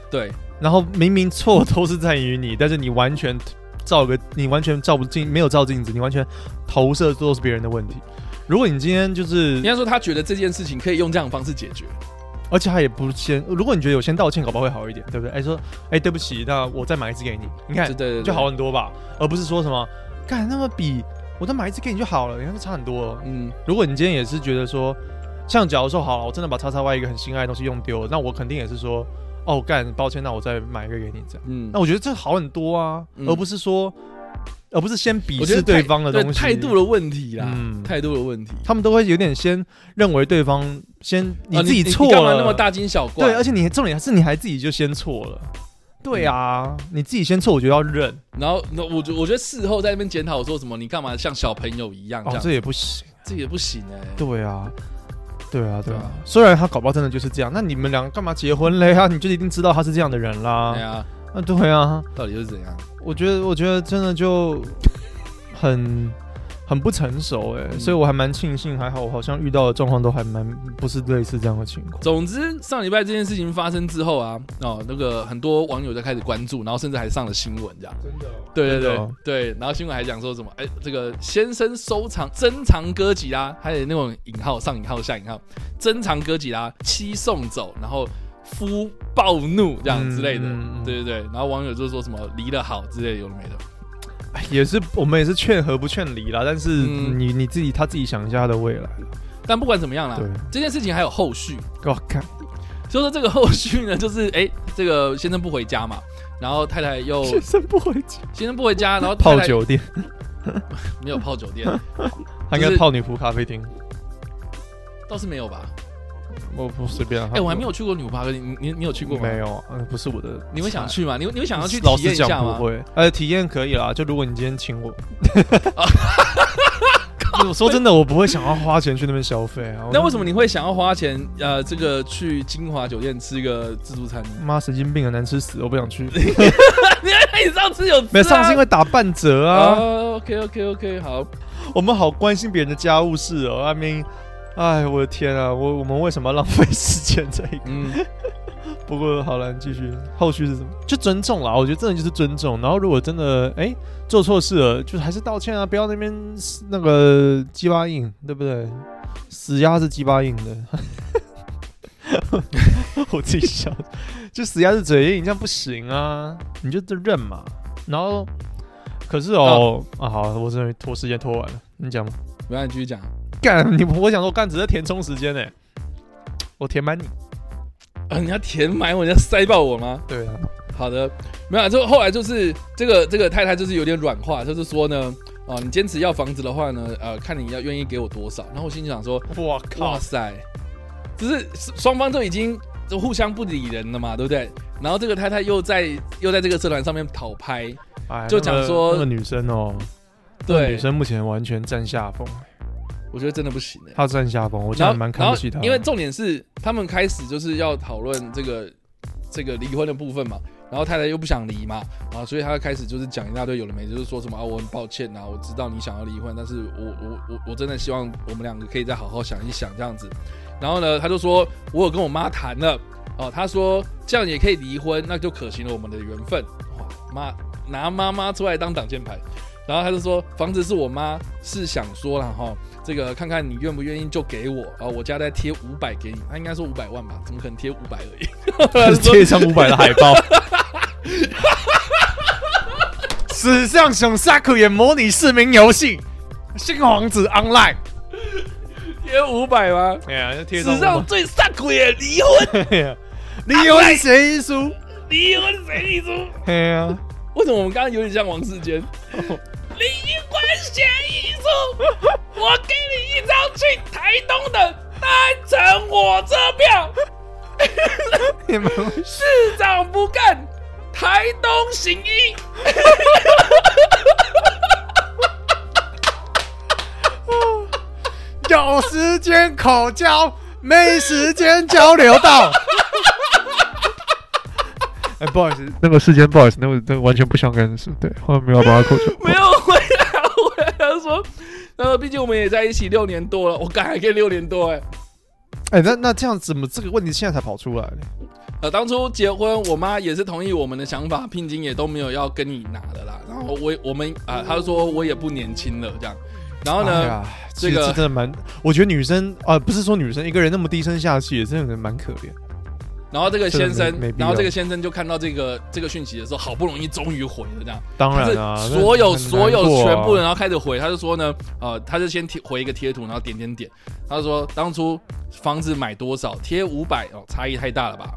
对，然后明明错都是在于你，但是你完全照个， <laughs> 你完全照不进，没有照镜子，你完全投射都是别人的问题。如果你今天就是应该说他觉得这件事情可以用这样的方式解决。而且他也不先，如果你觉得有先道歉，搞不好会好一点，对不对？哎、说，哎、对不起，那我再买一支给你，你看对对对，就好，很多吧，而不是说什么干那么比我再买一支给你就好了，你看这差很多哦。嗯，如果你今天也是觉得说，像假如说好了，我真的把叉叉 Y 一个很心爱的东西用丢了，那我肯定也是说，哦干，抱歉，那我再买一个给你这样。嗯那我觉得这好很多啊，嗯而不是说，而不是先鄙我觉得视态对方的对东西，态度的问题啦，嗯态度的问题。他们都会有点先认为对方先你啊自己错你干了，嘛那么大惊小怪？对，而且你重点是你还自己就先错了。对啊，你自己先错，我觉得要认然后那我觉我觉得事后在那边检讨说什么你干嘛像小朋友一样这哦，样，这也不行。这也不行哎、对啊，对啊，对对啊啊。虽然他搞不好真的就是这样，那你们两个干嘛结婚嘞？啊，你就一定知道他是这样的人啦哎。呀，啊，对啊，到底又是怎样？我觉得，我觉得真的就很很不成熟哎、嗯所以我还蛮庆幸，还好我好像遇到的状况都还蛮不是类似这样的情况。总之，上礼拜这件事情发生之后啊，哦，那个很多网友就开始关注，然后甚至还上了新闻这样。真的、对对真对的哦对，然后新闻还讲说什么？哎，这个先生收藏珍藏歌吉拉，还有那种引号上引号下引号珍藏歌吉拉妻送走，然后夫暴怒这样之类的。嗯嗯嗯对对对，然后网友就说什么离得好之类的，有的没的。哎也是我们也是劝和不劝离啦，但是嗯你、你自己他自己想一下他的未来。但不管怎么样啦对，这件事情还有后续。我看，所以说这个后续呢，就是哎，这个先生不回家嘛，然后太太 <laughs> 又先生不回家，先生不回家，然后太泡太酒店，没有泡酒 <laughs> 店，他应该泡女仆咖啡厅。倒是没有吧？我不随便啊。哎、他我还没有去过女仆咖啡厅，你你你有去过吗？没。有，嗯，不是我的。你会想去吗？你会你会想要去体老验实一讲下吗不？会，呃，体验可以啦。就如果你今天 <laughs> 请我，我说真的，我不会想要花钱去那边消费啊。那为什么你会想要花钱呃，这个去金华酒店吃个自助餐 <laughs> 呢？妈神经病啊，难吃死，我不想去。哎，你上次有吃、啊、没有上次因为打半折啊，哦 OK OK OK，好，我们好关心别人的家务事哦。阿明，哎，我的天啊，我我们为什么要浪费时间在一个？嗯，不过好了，你继续，后续是什么？就尊重啦，我觉得真的就是尊重。然后如果真的哎、做错事了，就还是道歉啊，不要那边那个鸡巴硬，对不对？死鸭是鸡巴硬的，我自己笑，就死鸭是嘴硬，这样不行啊，你就认嘛。然后可是哦啊好，我真的拖时间拖完了，你讲吧。没关系，你继续讲。干你，我想说干只是填充时间呢、我填满你。啊，你要填满我，你要塞爆我吗？对啊，好的，没有、啊，就后来就是这个这个太太就是有点软化，就是说呢，啊、你坚持要房子的话呢，呃，看你要愿意给我多少。然后我心里想说，我哇靠，塞，就是双方都已经就互相不理人了嘛，对不对？然后这个太太又在又在这个社团上面讨拍，哎就讲说那个那个女生哦，那个对女，生目前完全占下风，我觉得真的不行哎、她占下风，我真然的后蛮然看后不起她的。因 <laughs> 为重点是他们开始就是要讨论这个这个离婚的部分嘛，然后太太又不想离嘛，啊，所以她开始就是讲一大堆有的没的，就是说什么啊，我很抱歉呐、我知道你想要离婚，但是我我我我真的希望我们两个可以再好好想一想这样子。然后呢，他就说我有跟我妈谈了，哦，他说这样也可以离婚，那就可行了我们的缘分。哇，妈拿妈妈出来当挡箭牌。然后他就说，房子是我妈是想说了哈，这个看看你愿不愿意就给我啊，我家再贴五百给你，他应该说五百万吧，怎么可能贴五百而已？ <laughs> 她是贴一张五百的海报。史上熊 Saku 也模拟市民游戏，新皇子 Online。贴五百吗？哎呀，贴史上最上鬼耶，离婚， <laughs> <laughs> 离婚协议书。离婚协议书。哎 <laughs> 呀，为什么我们刚刚有点像王世 <laughs> 坚？离婚协议 <laughs> 书，我给你一张去台东的单程火车票， <laughs> 你们市长不干，台东行医。 <laughs> 有时间口交，没时间交流到。 <laughs> 哎、不好意思，那个事件，不好意思，那个那个完全不相干的事，对，后面没有把它扣掉。 <laughs> 没有回来，我来他说，呃，毕竟我们也在一起六年多了，我敢还可以六年多哎、 <laughs> 哎、那那这样怎么这个问题现在才跑出来呢？呃，当初结婚，我妈也是同意我们的想法，聘金也都没有要跟你拿的啦。然后我也我们啊、她就说我也不年轻了这样。然后哎呢，呀这其实个真的蛮，我觉得女生啊、不是说女生一个人那么低声下气，真的蛮可怜。然后这个这个先生没没，必然后这要个先生就看到这个这个讯息的时候，好不容易终于回了这样。当然他啊，是那所有很难所有过啊全部人，然后开始回，他就说呢，呃，他就先贴回一个贴图，然后点点点，他说当初房子买多少，贴五百哦，差异太大了吧？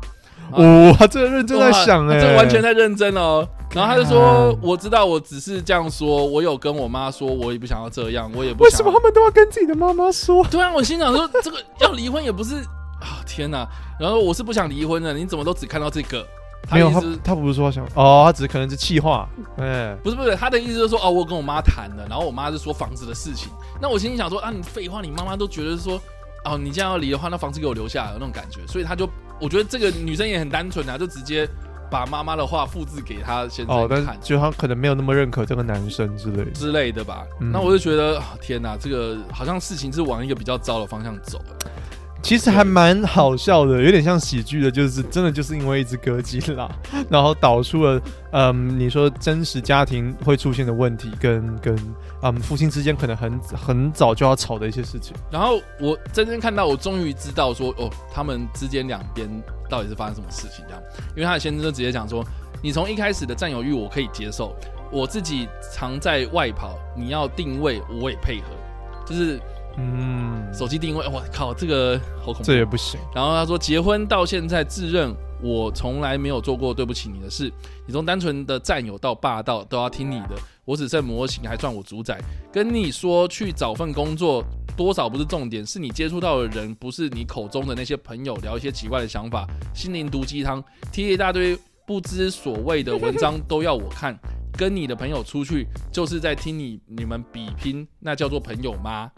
哇、他真的认真在想啊嗯哇哎、这完全在认真哦。然后他就说看：“我知道，我只是这样说，我有跟我妈说，我也不想要这样，我也不为想什要么他们都要跟自己的妈妈说？对啊，我心想说，这个要离婚也不是啊，天哪！然后我是不想离婚的，你怎么都只看到这个？他没的有，意他思他不是说想哦，他只是可能是气话，哎、不是不是，他的意思就是说，哦，我跟我妈谈了，然后我妈就说房子的事情。那我心里想说，啊，你废话，你妈妈都觉得说，哦，你这样要离的话，那房子给我留下来那种感觉。所以他就，我觉得这个女生也很单纯啊，就直接把妈妈的话复制给她先哦生，但看。是就他可能没有那么认可这个男生之类的。之类的吧，嗯那我就觉得啊天哪，这个好像事情是往一个比较糟的方向走了。其实还蛮好笑的，有点像喜剧的，就是真的就是因为一只歌姬啦， <laughs> 然后导出了嗯，你说真实家庭会出现的问题，跟跟嗯父亲之间可能很很早就要吵的一些事情。然后我真正看到，我终于知道说，哦，他们之间两边到底是发生什么事情这样。因为他的先生就直接讲说，你从一开始的占有欲我可以接受，我自己常在外跑，你要定位我也配合，就是嗯，手机定位，我靠，这个好恐怖这。也不行。然后他说，结婚到现在自认我从来没有做过对不起你的事，你从单纯的占有到霸道都要听你的，我只剩模型还算我主宰。跟你说去找份工作，多少不是重点，是你接触到的人，不是你口中的那些朋友聊一些奇怪的想法，心灵毒鸡汤，贴一大堆不知所谓的文章都要我看。跟你的朋友出去，就是在听你你们比拼，那叫做朋友吗？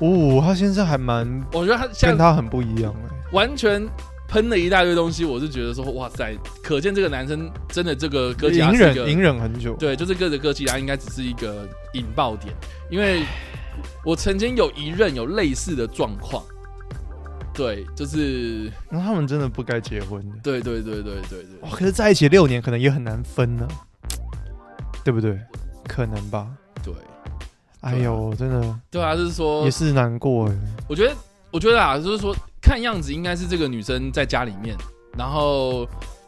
哦，他先生还蛮我觉得他现在跟他很不一样哎、完全喷了一大堆东西，我是觉得说，哇塞，可见这个男生真的这个哥吉拉隐是一个忍隐忍很久。对，就是哥的哥吉拉应该只是一个引爆点，因为我曾经有一任有类似的状况，对，就是那他们真的不该结婚的。对对对对对哇，对，哦可是在一起六年，可能也很难分呢、对不对？可能吧。对啊哎呦，真的对啊，就是说也，是难过哎。我觉得我觉得啊，就是说，看样子应该是这个女生在家里面，然后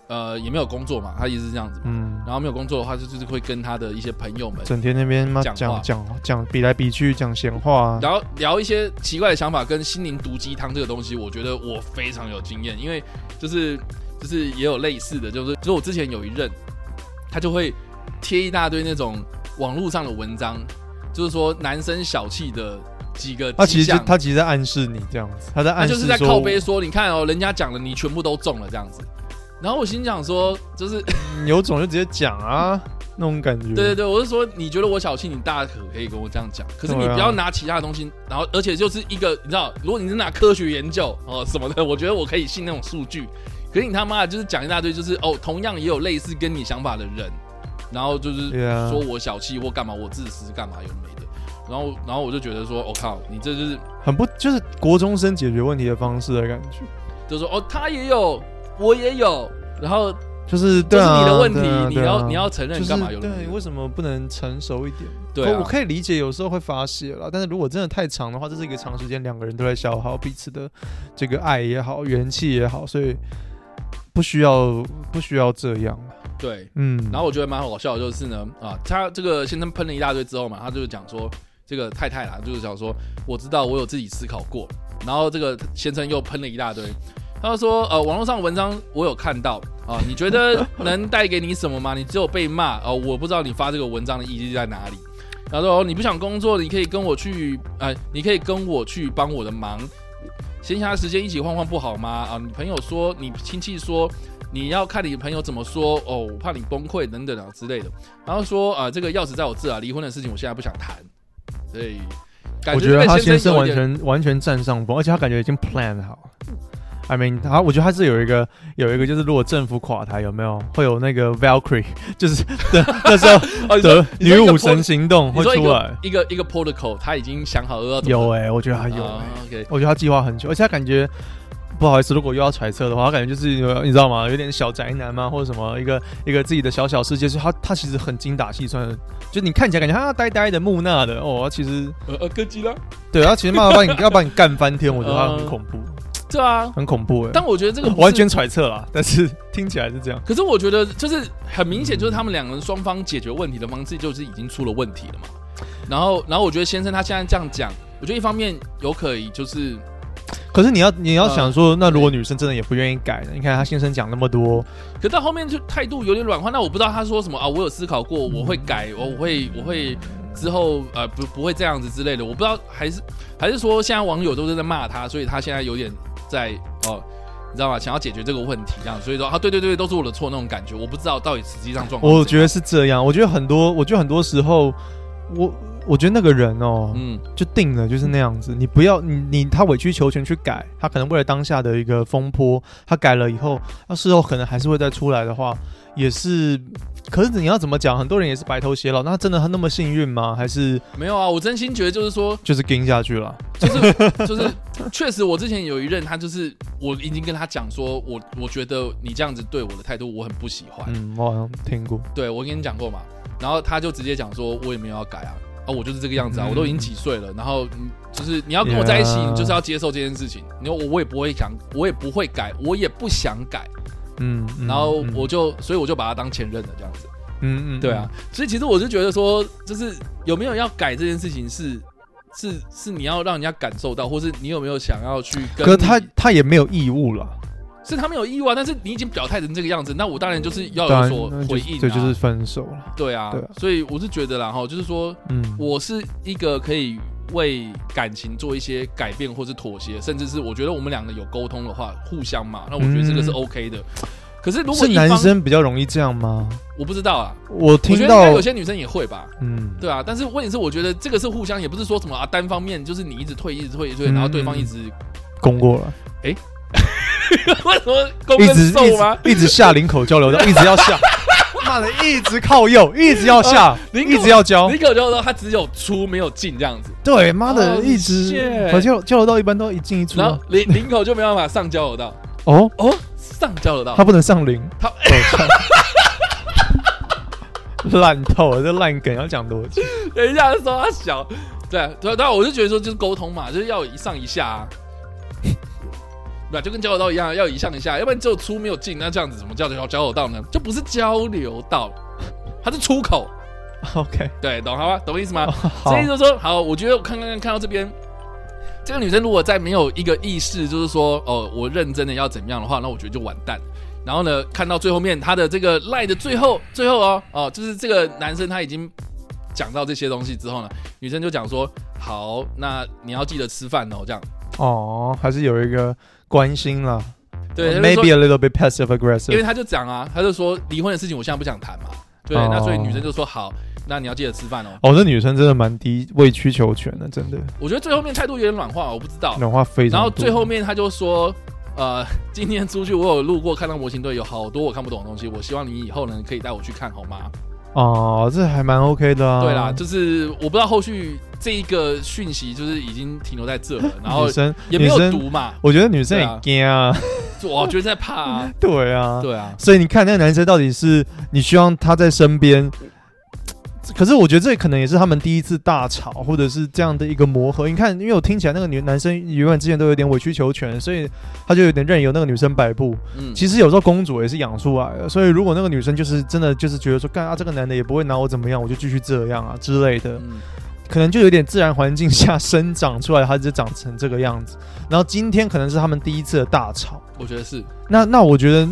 呃也没有工作嘛，她一直这样子嘛，嗯，然后没有工作的话，就就是会跟她的一些朋友们。整天那边嘛讲讲话讲讲比来比去，讲闲话、啊。聊聊一些奇怪的想法跟心灵毒鸡汤这个东西，我觉得我非常有经验，因为就是就是也有类似的，就是就是我之前有一任，他就会贴一大堆那种网络上的文章，就是说男生小气的几个他迹啊其实象就他其实在暗示你这样子，他在他暗示就是在说靠背说，你看哦，人家讲了，你全部都中了这样子。然后我心想说，就是嗯有种就直接讲啊，那种感觉。对对对，我是说，你觉得我小气，你大可可以跟我这样讲，可是你对啊不要拿其他的东西，然后而且就是一个，你知道，如果你是拿科学研究 <laughs> 哦什么的，我觉得我可以信那种数据，可是你他妈的就是讲一大堆，就是哦，同样也有类似跟你想法的人，然后就是对啊说我小气或干嘛，我自私干嘛有的没的，然后然后我就觉得说，我、靠，你这就是很不就是国中生解决问题的方式的感觉，就说哦，他也有，我也有，然后就是这对是啊，你的问题，对啊你对啊要、你要承认就是干嘛有的没对，的为什么不能成熟一点？对啊我可以理解有时候会发泄了，但是如果真的太长的话，这是一个长时间两个人都在消耗彼此的这个爱也好，元气也好，所以不需要不需要这样。对。嗯，然后我觉得蛮好笑的就是呢，啊，他这个先生喷了一大堆之后嘛，他就讲说这个太太啦，就是想说我知道我有自己思考过，然后这个先生又喷了一大堆，他就说呃网络上文章我有看到啊，你觉得能带给你什么吗？你只有被骂啊，我不知道你发这个文章的意义在哪里。然后说、哦、你不想工作，你可以跟我去，呃，你可以跟我去帮我的忙，闲暇时间一起晃晃不好吗？啊，你朋友说，你亲戚说，你要看你朋友怎么说哦，我怕你崩溃等等啊之类的。然后说啊、这个钥匙在我这啊，离婚的事情我现在不想谈，所以感我觉得这个他先生有完点全完全占上风，而且他感觉已经 plan 好了。I mean，他我觉得他是有一个有一个，就是如果政府垮台，有没有会有那个 Valkyrie，就是 <laughs> 那那时候 <laughs> 哦，你说的你说一女个武 pro- 神行动你会说一出个来？一个一个 protocol，他已经想好了要怎么有哎、我觉得他有、啊，OK，我觉得他计划很久，而且他感觉不好意思，如果又要揣测的话，他感觉就是有你知道吗？有点小宅男啊嘛，或者什么一个一个自己的小小世界，所以他他其实很精打细算的，就你看起来感觉他呆呆的、木讷的哦，他其实呃呃，哥吉拉，对啊他其实慢慢把你要把你干翻天，我觉得他很嗯恐怖，对啊。很恐怖哎、 <laughs> 但我觉得这个不是完全揣测啦，但是听起来是这样。可是我觉得就是很明显，就是他们两个人双方解决问题的方式就是已经出了问题了嘛。然后，然后我觉得先生他现在这样讲，我觉得一方面有可以就是可是你要你要呃想说，那如果女生真的也不愿意改呢？你看他先生讲那么多，可到后面就态度有点软化，那我不知道他说什么啊，我有思考过，我会改，我我会我会之后呃不不会这样子之类的，我不知道还是还是说现在网友都是在骂他，所以他现在有点在哦。你知道吗？想要解决这个问题，这样，所以说啊，对对对，都是我的错那种感觉，我不知道到底实际上状况。我觉得，是这样。我觉得很多，我觉得很多时候，我我觉得那个人哦，嗯，就定了，就是那样子。你不要你你他委曲求全去改，他可能为了当下的一个风波，他改了以后，他事后可能还是会再出来的话，也是。可是你要怎么讲？很多人也是白头偕老，那他真的他那么幸运吗？还是没有啊，我真心觉得就是说，就是跟下去了？就是就是，确实我之前有一任，他就是我已经跟他讲说，我我觉得你这样子对我的态度我很不喜欢，嗯，我好像听过。对我跟你讲过嘛，然后他就直接讲说，我也没有要改啊，啊，我就是这个样子啊，嗯我都已经几岁了，然后你就是你要跟我在一起，你就是要接受这件事情，你说我我也不会想，我也不会改，我也不想改，嗯，嗯然后嗯我就所以我就把他当前任了这样子，嗯嗯，对啊，所以其实我是觉得说，就是有没有要改这件事情是。是是，你要让人家感受到，或是你有没有想要去跟你？可是他他也没有义务啦，是他们有意外，但是你已经表态成这个样子，那我当然就是要有当然所那就回是应、啊对，就是分手了。对啊对啊所以我是觉得啦哈，就是说嗯，我是一个可以为感情做一些改变或是妥协，甚至是我觉得我们两个有沟通的话，互相嘛，那我觉得这个是嗯 OK 的。可是如果是一男方，生比较容易这样吗？我不知道啊，我我觉听得应到该有些女生也会吧。嗯，对啊，但是问题是，我觉得这个是互相，也不是说什么啊单方面，就是你一直退，一直退，一直退，然后对方一直、攻过了，为什么攻一跟直一受吗？直一直下领口交流道，一直要下， <laughs> 妈的，一直靠右，一直要下，哦领口一直要交你，可就说他只有出没有进这样子，对，妈的， Oh, 一直 shit 反正交流道一般都一进一出然啊后。领领口就没办法上交流道，哦，哦，上交流道，他不能上零，他哦 <laughs> 操烂透了，这烂梗要讲多久？等一下说他小，对对，但我就觉得说就是沟通嘛，就是要有一上一下、啊，对吧？就跟交流道一样，要有一上一下，要不然只有出没有进，那这样子怎么叫交交流道呢？就不是交流道，它是出口， OK，哦对，懂好吧？懂意思吗？啊好所，以就说好，我觉得我看看看看到这边，这个女生如果再没有一个意识，就是说哦，我认真的要怎么样的话，那我觉得就完蛋。然后呢，看到最后面她的这个赖的最后最后哦哦，就是这个男生他已经讲到这些东西之后呢，女生就讲说好，那你要记得吃饭哦，这样。哦，还是有一个关心啦。对 Uh, 她就说 maybe a little bit passive 因 aggressive 为。他就讲啊，他就说离婚的事情我现在不想谈嘛，对，哦那所以女生就说好，那你要记得吃饭哦。哦，这女生真的蛮低委曲求全的，真的我觉得最后面态度有点软化，我不知道。软化非常哦多。然后最后面他就说，呃， <laughs> 今天出去我有路过，看到模型队有好多我看不懂的东西，我希望你以后呢可以带我去看好吗？哦，这还蛮 OK 的啊。对啦，就是我不知道后续这一个讯息就是已经停留在这 <laughs> 了，然后女生也没有女生，读嘛，我觉得女生对也啊惊啊， <laughs> 我觉得在怕、啊，对 <laughs> 啊，对啊，所以你看那个男生到底是你希望他在身边，可是我觉得这可能也是他们第一次大吵，或者是这样的一个磨合。你看，因为我听起来那个女男生原本之前都有点委曲求全，所以他就有点任由那个女生摆布。嗯，其实有时候公主也是养出来的，所以如果那个女生就是真的就是觉得说，干啊这个男的也不会拿我怎么样，我就继续这样啊之类的，嗯可能就有点自然环境下生长出来，他就长成这个样子。然后今天可能是他们第一次的大吵，我觉得是，那那我觉得，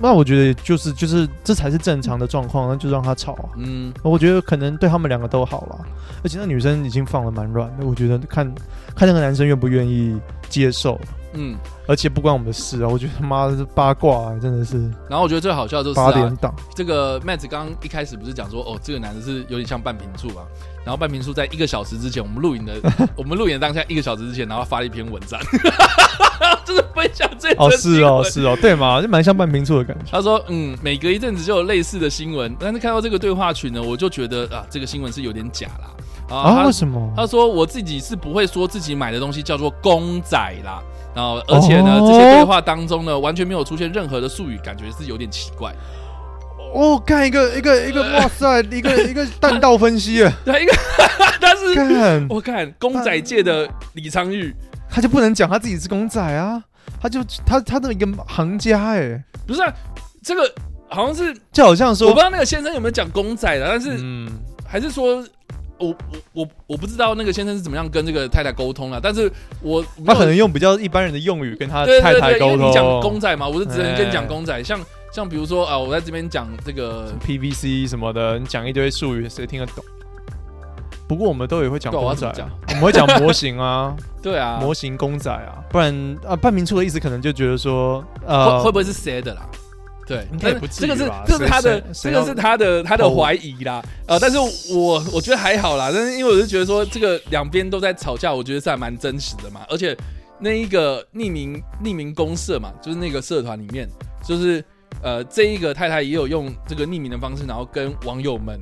那我觉得就是就是这才是正常的状况，那就让他吵啊。嗯，我觉得可能对他们两个都好了，而且那女生已经放的蛮软的，我觉得看看那个男生愿不愿意接受，嗯，而且不关我们的事啊，我觉得他妈的八卦、啊、真的是然后我觉得最好笑就是、八啊、点档。这个麦子刚刚一开始不是讲说，哦，这个男的是有点像半瓶醋啊。然后半瓶醋在一个小时之前，我们录 <laughs> 影的，我们录影的当下一个小时之前，然后发了一篇文章， <laughs> 就是分享最 <laughs> 哦，真是新哦，闻是哦，对嘛，就蛮像半瓶醋的感觉。他说，嗯，每隔一阵子就有类似的新闻，但是看到这个对话群呢，我就觉得啊，这个新闻是有点假啦。啊？他为什么？他说我自己是不会说自己买的东西叫做公仔啦，然哦后而且呢，这些对话当中呢，完全没有出现任何的术语，感觉是有点奇怪。哦，看一个一个一个，哇塞，一个一个弹道分 <laughs> 析啊！对，一个他是看 <laughs> 我看公仔界的李昌钰，他就不能讲他自己是公仔啊，他就他他的一个行家哎、不是、啊、这个好像是就好像我不说知，道那个先生有没有讲公仔的，但是嗯，还是说。我我我我不知道那个先生是怎么样跟这个太太沟通了，但是我他可能用比较一般人的用语跟他对太对对，太因沟为通。你讲公仔嘛，我是只能跟你讲哎公仔，像像比如说啊，我在这边讲这个 PVC 什么的，你讲一堆术语，谁听得懂？不过我们都也会讲对啊我公要仔怎么啊，我们会讲模型啊，对 <laughs> 啊，模型公仔啊，不然啊，半明处的意思可能就觉得说，会呃，会不会是谁的啦？对应，但该也是不至这于个是吧这是谁他的谁这谁个要是他的他的偷怀疑啦，呃，但是我我觉得还好啦，但是因为我是觉得说这个两边都在吵架，我觉得是还蛮真实的嘛，而且那一个匿名匿名公社嘛，就是那个社团里面，就是呃这一个太太也有用这个匿名的方式，然后跟网友们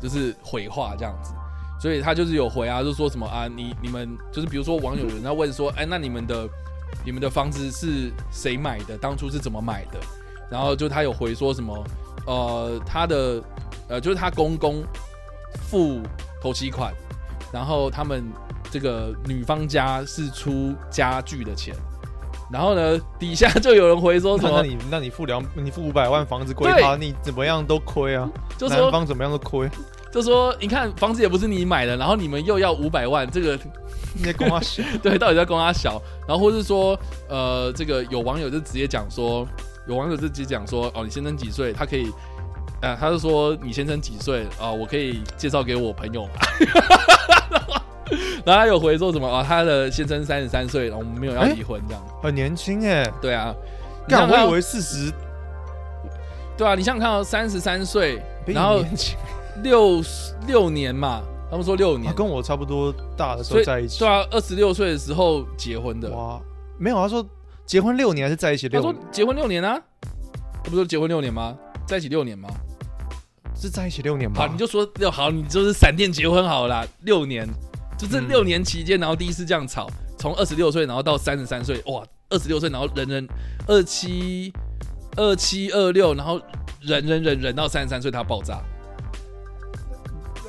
就是回话这样子。所以他就是有回啊，就说什么啊，你你们就是比如说网友有人在问说，哎，那你们的你们的房子是谁买的？当初是怎么买的？然后就他有回说什么，呃，他的呃就是他公公付头期款，然后他们这个女方家是出家具的钱，然后呢底下就有人回说什那 <laughs> 那么，你那你付两你付五百万房子归对他，你怎么样都亏啊，就男说方怎么样都 <laughs> 亏，就说你看房子也不是你买的，然后你们又要五百万，这个你在公他小， <laughs> 对，到底在攻他小？然后或是说，呃，这个有网友就直接讲说，有网友就直接讲说，哦，你先生几岁？他可以，呃，他就说你先生几岁啊、我可以介绍给我朋友 <laughs> 嘛。然后他有回说什么啊、他的先生三十三岁，然后我们没有要哎离婚这样。很年轻哎、对啊，你干，想我看啊以为四十对啊，你想想看、哦，三十三岁，比你然后年轻，六六年嘛，他们说六年他，跟我差不多大的时所候以在一起对，啊，二十六岁的时候结婚的。哇，没有，他说结婚六年还是在一起他六说年，结婚六年啊，他不是结婚六年吗？在一起六年吗？是在一起六年吧？好，你就说六好，你就是闪电结婚好了啦，六年，就这嗯六年期间，然后第一次这样吵，从二十六岁，然后到三十三岁，哇，二十六岁，然后忍忍二七二七二六，然后忍忍忍忍到三十三岁，他爆炸。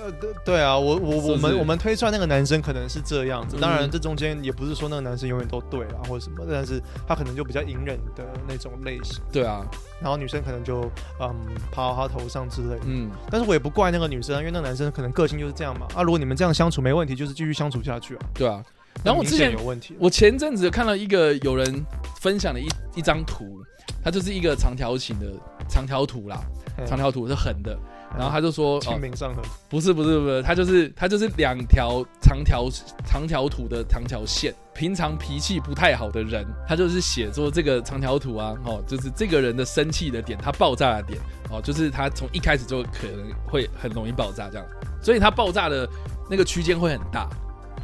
呃，对对啊，我我是不我们是我们推算那个男生可能是这样子，嗯当然这中间也不是说那个男生永远都对啊或者什么，但是他可能就比较隐忍的那种类型，对啊，然后女生可能就嗯爬到他头上之类的，嗯，但是我也不怪那个女生啊，因为那个男生可能个性就是这样嘛，啊，如果你们这样相处没问题，就是继续相处下去啊，对啊。然后我很之明显前有问题，啊我前阵子看到一个有人分享的一一张图，它就是一个长条形的长条图啦，嗯长条图是横的，然后他就说，哦清明上河，不是不是不是，它就是它就是两条长条长条图的长条线。平常脾气不太好的人，他就是写说这个长条图啊，哦，就是这个人的生气的点，他爆炸的点，哦，就是他从一开始就可能会很容易爆炸这样，所以他爆炸的那个区间会很大。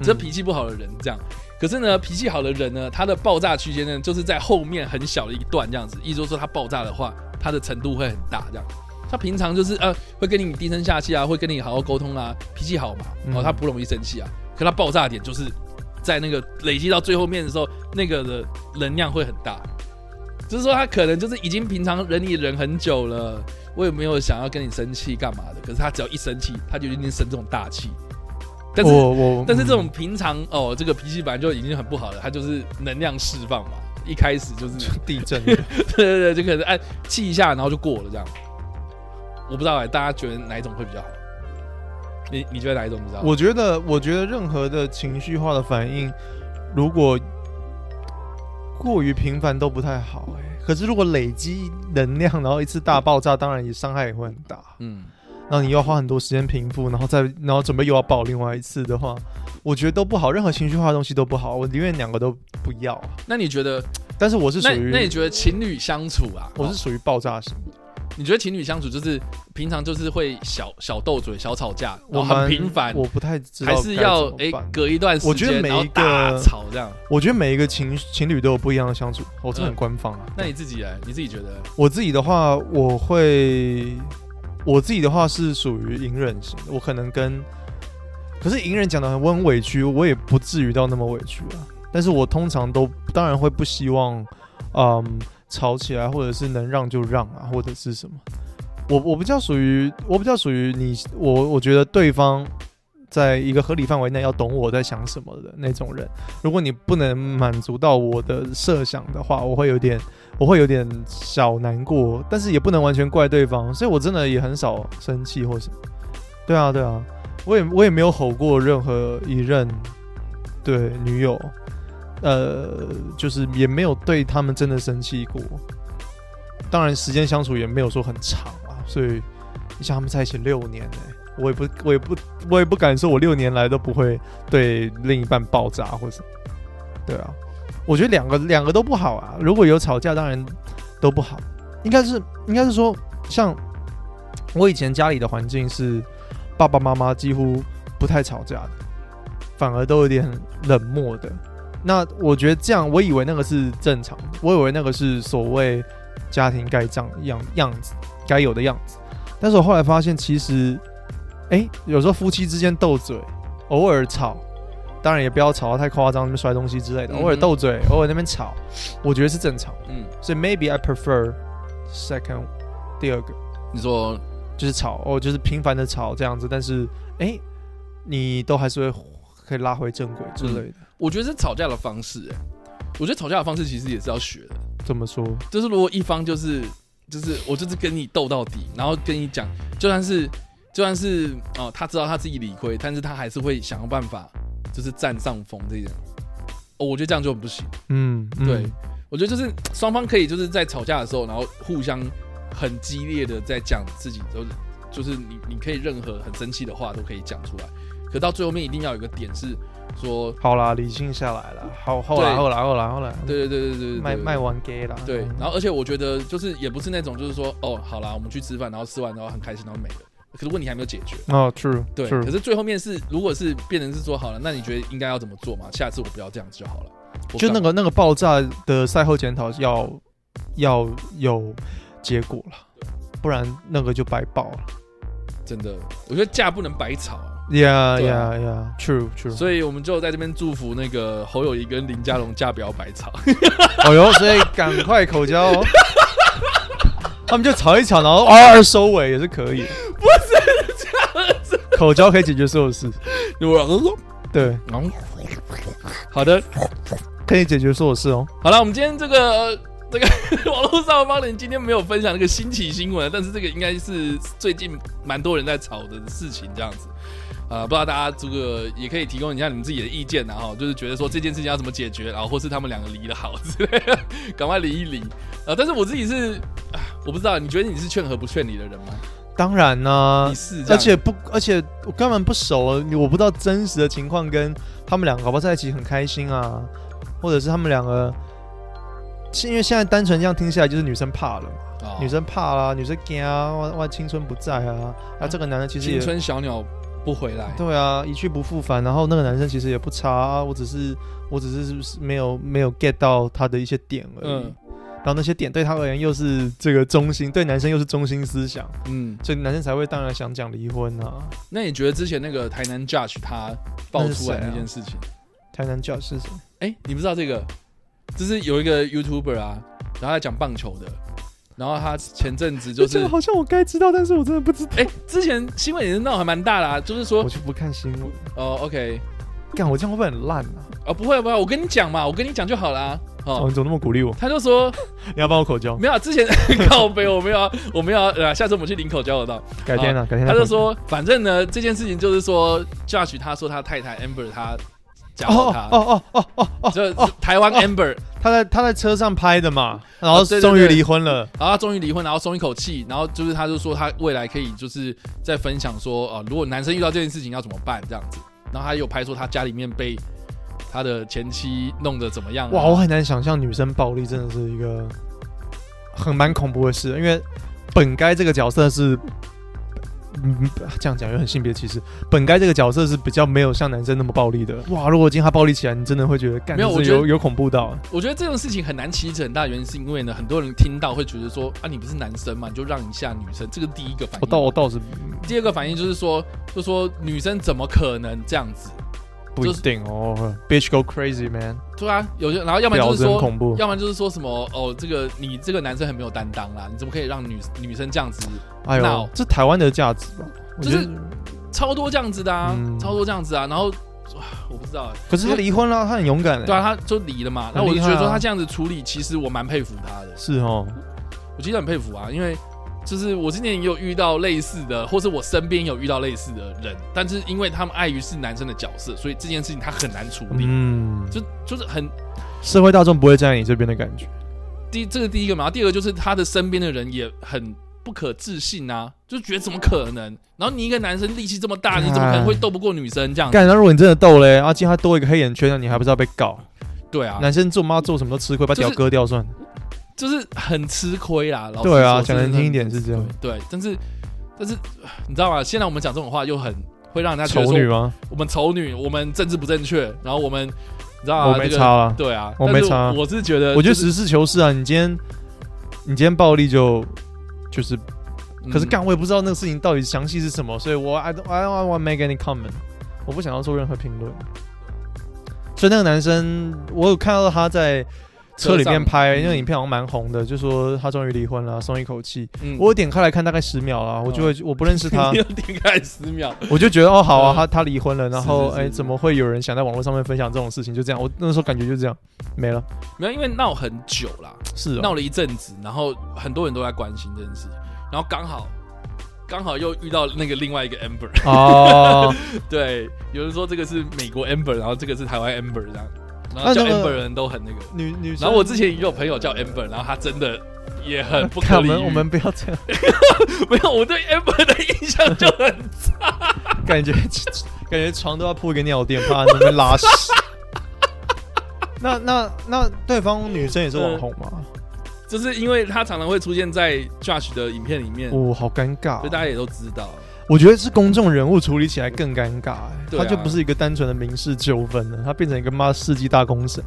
这嗯脾气不好的人这样，可是呢，脾气好的人呢，他的爆炸区间呢，就是在后面很小的一段这样子。意思就是说他爆炸的话，他的程度会很大这样。他平常就是呃，会跟你低声下气啊，会跟你好好沟通啊，脾气好嘛，嗯哦，他不容易生气啊。可他爆炸点就是在那个累积到最后面的时候，那个的能量会很大。就是说他可能就是已经平常忍你忍很久了，我也没有想要跟你生气干嘛的。可是他只要一生气，他就一定生这种大气。但是我我但是这种嗯平常哦，这个脾气本来就已经很不好了，他就是能量释放嘛，一开始就是地 <laughs> <laughs> 震，对对对，就可能哎气一下，然后就过了这样。我不知道哎、大家觉得哪一种会比较好？你你觉得哪一种比较好？我觉得，我觉得任何的情绪化的反应，如果过于频繁都不太好、欸。可是如果累积能量，然后一次大爆炸，当然也伤害也会很大。嗯，然后你又要花很多时间平复，然后再然后准备又要爆另外一次的话，我觉得都不好。任何情绪化的东西都不好，我宁愿两个都不要啊。那你觉得但是我是属那那你于，觉得情侣相处啊？我是哦属于爆炸型。你觉得情侣相处就是平常就是会小小斗嘴、小吵架，然后哦我很们频繁，我不太知道还该是要怎哎么办隔一段时我觉得间每然后一个大吵这样？我觉得每一个情情侣都有不一样的相处，我、哦、这嗯很官方啊。那你自己哎，你自己觉得？我自己的话，我会，我自己的话是属于隐忍型的，我可能跟可是隐忍讲的很，我很委屈，我也不至于到那么委屈啊。但是我通常都当然会不希望，嗯，吵起来，或者是能让就让啊，或者是什么。我我比较属于，我比较属于你，我我觉得对方在一个合理范围内要懂我在想什么的那种人。如果你不能满足到我的设想的话，我会有点，我会有点小难过，但是也不能完全怪对方，所以我真的也很少生气或什么。对啊，对啊，我也我也没有吼过任何一任对女友，呃，就是也没有对他们真的生气过。当然，时间相处也没有说很长啊，所以你想他们在一起六年呢、我也不，我也不，我也不敢说我六年来都不会对另一半爆炸或者，对啊，我觉得两个两个都不好啊。如果有吵架，当然都不好，应该是应该是说，像我以前家里的环境是爸爸妈妈几乎不太吵架的，反而都有点冷漠的。那我觉得这样，我以为那个是正常的，我以为那个是所谓家庭该这样样样子该有的样子。但是我后来发现，其实，哎、有时候夫妻之间斗嘴，偶尔吵，当然也不要吵到太夸张，那边摔东西之类的，偶尔嗯哼斗嘴，偶尔那边吵，我觉得是正常。嗯，所以 maybe I prefer second 第二个你说就是吵哦，就是频繁的吵这样子，但是哎、诶你都还是会可以拉回正轨之类的。我觉得是吵架的方式、欸，我觉得吵架的方式其实也是要学的，怎么说？就是如果一方就是就是我就是跟你斗到底，然后跟你讲，就算是就算是哦、呃他知道他自己理亏，但是他还是会想要办法就是占上风这一点。哦，我觉得这样就很不行。嗯，嗯对，我觉得就是双方可以就是在吵架的时候，然后互相很激烈的在讲自己，就是就是你你可以任何很生气的话都可以讲出来，可到最后面一定要有个点是说，好啦，理性下来了，好，后来，对后来，后来，后来，，对对对对对对，卖对卖完 gay 啦。对，嗯然后而且我觉得就是也不是那种就是说哦好啦，我们去吃饭，然后吃完然后很开心，然后没了，可是问题还没有解决。哦，true，对，可，true，是最后面是，如果是变成是说好了，那你觉得应该要怎么做嘛？下次我不要这样子就好了。我就那干嘛个那个爆炸的赛后检讨要要有结果了，不然那个就白爆了。真的，我觉得架不能白吵啊、 Yeah, 对啊 yeah, yeah, true, true。所以我们就在这边祝福那个侯友谊跟林佳龙架不要白 <laughs> 吵。哦呦，所以赶快口交 <laughs> 哦。他们就吵一吵，然后哦偶尔收尾也是可以。不是这样子，口交可以解决所有事。我对，嗯好的，可以解决所有事哦。好了，我们今天这个呃这个 <laughs> 网络上帮人今天没有分享那个新奇新闻，但是这个应该是最近蛮多人在吵的事情，这样子。啊、不知道大家这个也可以提供一下你们自己的意见、啊，然后就是觉得说这件事情要怎么解决，然后或是他们两个离的好之类的， <laughs> 赶快离一离。啊，但是我自己是，啊我不知道，你觉得你是劝和不劝离的人吗？当然呢、你是这样，呃而且不，而且我根本不熟啊，我不知道真实的情况跟他们两个搞不好在一起很开心啊，或者是他们两个，是因为现在单纯这样听下来就是女生怕了嘛，哦女生怕啦、女生惊啊，哇哇青春不在啊，啊这个男的其实也青春小鸟不回来，对啊，一去不复返。然后那个男生其实也不差、啊，我只是我只是是没有没有 get 到他的一些点而已。嗯然后那些点对他而言又是这个中心，对男生又是中心思想，嗯，所以男生才会当然想讲离婚啊。那你觉得之前那个台南 judge 他爆出来那件事情？啊台南教是什么？哎、你不知道这个？就是有一个 YouTuber 啊，然后他讲棒球的，然后他前阵子 <laughs> 就这是个好像我该知道，但是我真的不知道。哎、之前新闻也是闹得还蛮大的、啊，就是说我就不看新闻，哦，OK，干我这样会不会很烂啊？哦，不会不会，我跟你讲嘛，我跟你讲就好啦。哦，哦，你怎么那么鼓励我？他就说你要帮我口交？没有啊，之前 <laughs> 靠背我没有啊，我没有啊，呃下次我们去林口交流道。改天啊，改天再哦他就口交。说，反正呢，这件事情就是说，Judge 他说他太太 Amber 他家暴他，哦哦哦哦哦，就是台湾哦 Amber，、他在他在车上拍的嘛，然后哦对对终于对离婚了。然后他终于离婚，然后松一口气，然后就是他就说他未来可以就是在分享说，呃，如果男生遇到这件事情要怎么办这样子，然后他有拍说他家里面被他的前妻弄得怎么样、啊，哇，我很难想象女生暴力真的是一个很蛮恐怖的事，因为本该这个角色是嗯，这样讲有很性别歧视。本该这个角色是比较没有像男生那么暴力的。哇，如果今天他暴力起来，你真的会觉得干，没有这我是觉得嗯有有恐怖到。我觉得这种事情很难起一很大的原因是因为呢，很多人听到会觉得说啊，你不是男生嘛，你就让一下女生，这个第一个反应。我倒我倒是第二个反应就是说，就说女生怎么可能这样子？不一定哦。Bitch go crazy man，对啊，有些然后要么婊就是子很说，恐怖。要么就是说什么哦，这个你这个男生很没有担当啦，你怎么可以让女女生这样子？哎呦闹，这台湾的价值吧。我觉就是得超多这样子的啊，嗯超多这样子啊，然后。哇我不知道欸，可是他离婚了，他很勇敢欸。对啊，他就离了嘛。很那我就厉觉害得说啊他这样子处理，其实我蛮佩服他的。是哦，我其实很佩服啊，因为就是我之前也有遇到类似的，或是我身边有遇到类似的人，但是因为他们碍于是男生的角色，所以这件事情他很难处理，嗯，就就是很社会大众不会站在你这边的感觉。第这个第一个嘛，然后第二个就是他的身边的人也很不可置信啊，就觉得怎么可能？然后你一个男生力气这么大，啊你怎么可能会斗不过女生这样子？干，那如果你真的斗嘞，啊，今天他多一个黑眼圈，那你还不是要被告？对啊，男生做妈做什么都吃亏，把就是屌割掉算。了。就是很吃亏啦。老实对啊，说讲真难的听一点是这样。对，但是但是你知道吗？现在我们讲这种话又很会让人家觉丑得说女吗？我们丑女，我们政治不正确，然后我们你知道吗？我没这个差啊，对啊，我没但是差啊我是觉得，我觉就得是实事求是啊。你今天，你今天暴力就就是，可是嗯干我也不知道那个事情到底详细是什么，所以我 I don't I don't want make any comment，我不想要做任何评论。所以那个男生，我有看到他在车里面车拍，上那个嗯影片好像蛮红的，就说他终于离婚了，松一口气。嗯，我有啊点开来看大概十秒啊，我就会我不认识他又停开十秒， <laughs> 我就觉得哦好啊，嗯他他离婚了，然后是是哎是怎么会有人想在网络上面分享这种事情？就这样，我那时候感觉就这样没了。没有，因为闹很久啦，是闹哦，了一阵子，然后很多人都在关心这件事，然后刚好。刚好又遇到那个另外一个 Amber，哦，对，有人说这个是美国 Amber，然后这个是台湾 Amber 这样，然后啊叫那个 Amber 的人都很那个。 <laughs> 女女生，然后我之前也有朋友叫 Amber，然后他真的也很不可看我理喻。们我们不要这样， <laughs> 没有，我对 Amber 的印象就很 <laughs> 感觉 <laughs> 感觉床都要铺一个尿垫，怕在那边拉屎。 <laughs> 那那那对方女生也是网红吗？就是因为他常常会出现在 Josh 的影片里面，所哦，好尴尬以大哦。家也都知道。我觉得是公众人物处理起来更尴尬、哎对啊他就不是一个单纯的民事纠纷了，他变成一个妈世纪大公审，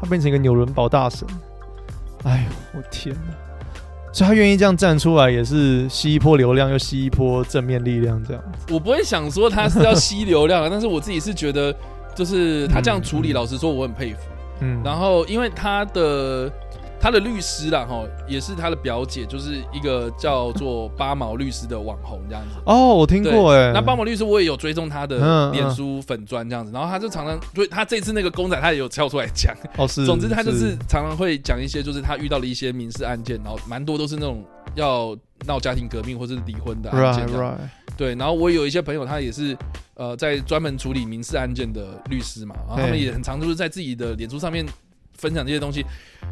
他变成一个纽伦堡大神。哎呦，我天哪！所以他愿意这样站出来，也是吸一波流量，又吸一波正面力量，这样。我不会想说他是要吸流量的，啊但是我自己是觉得，就是他这样处理，嗯老实说我很佩服。嗯，然后因为他的他的律师啦，哈，也是他的表姐，就是一个叫做八毛律师的网红这样子。哦，我听对过哎、那八毛律师我也有追踪他的嗯嗯脸书粉砖这样子，然后他就常常，对他这次那个公仔他也有跳出来讲，哦是，总之，他就是常常会讲一些，就是他遇到了一些民事案件，然后蛮多都是那种要闹家庭革命或是离婚的案 right 件这样。 right，对，然后我有一些朋友，他也是呃在专门处理民事案件的律师嘛，然后他们对也很常就是在自己的脸书上面分享这些东西。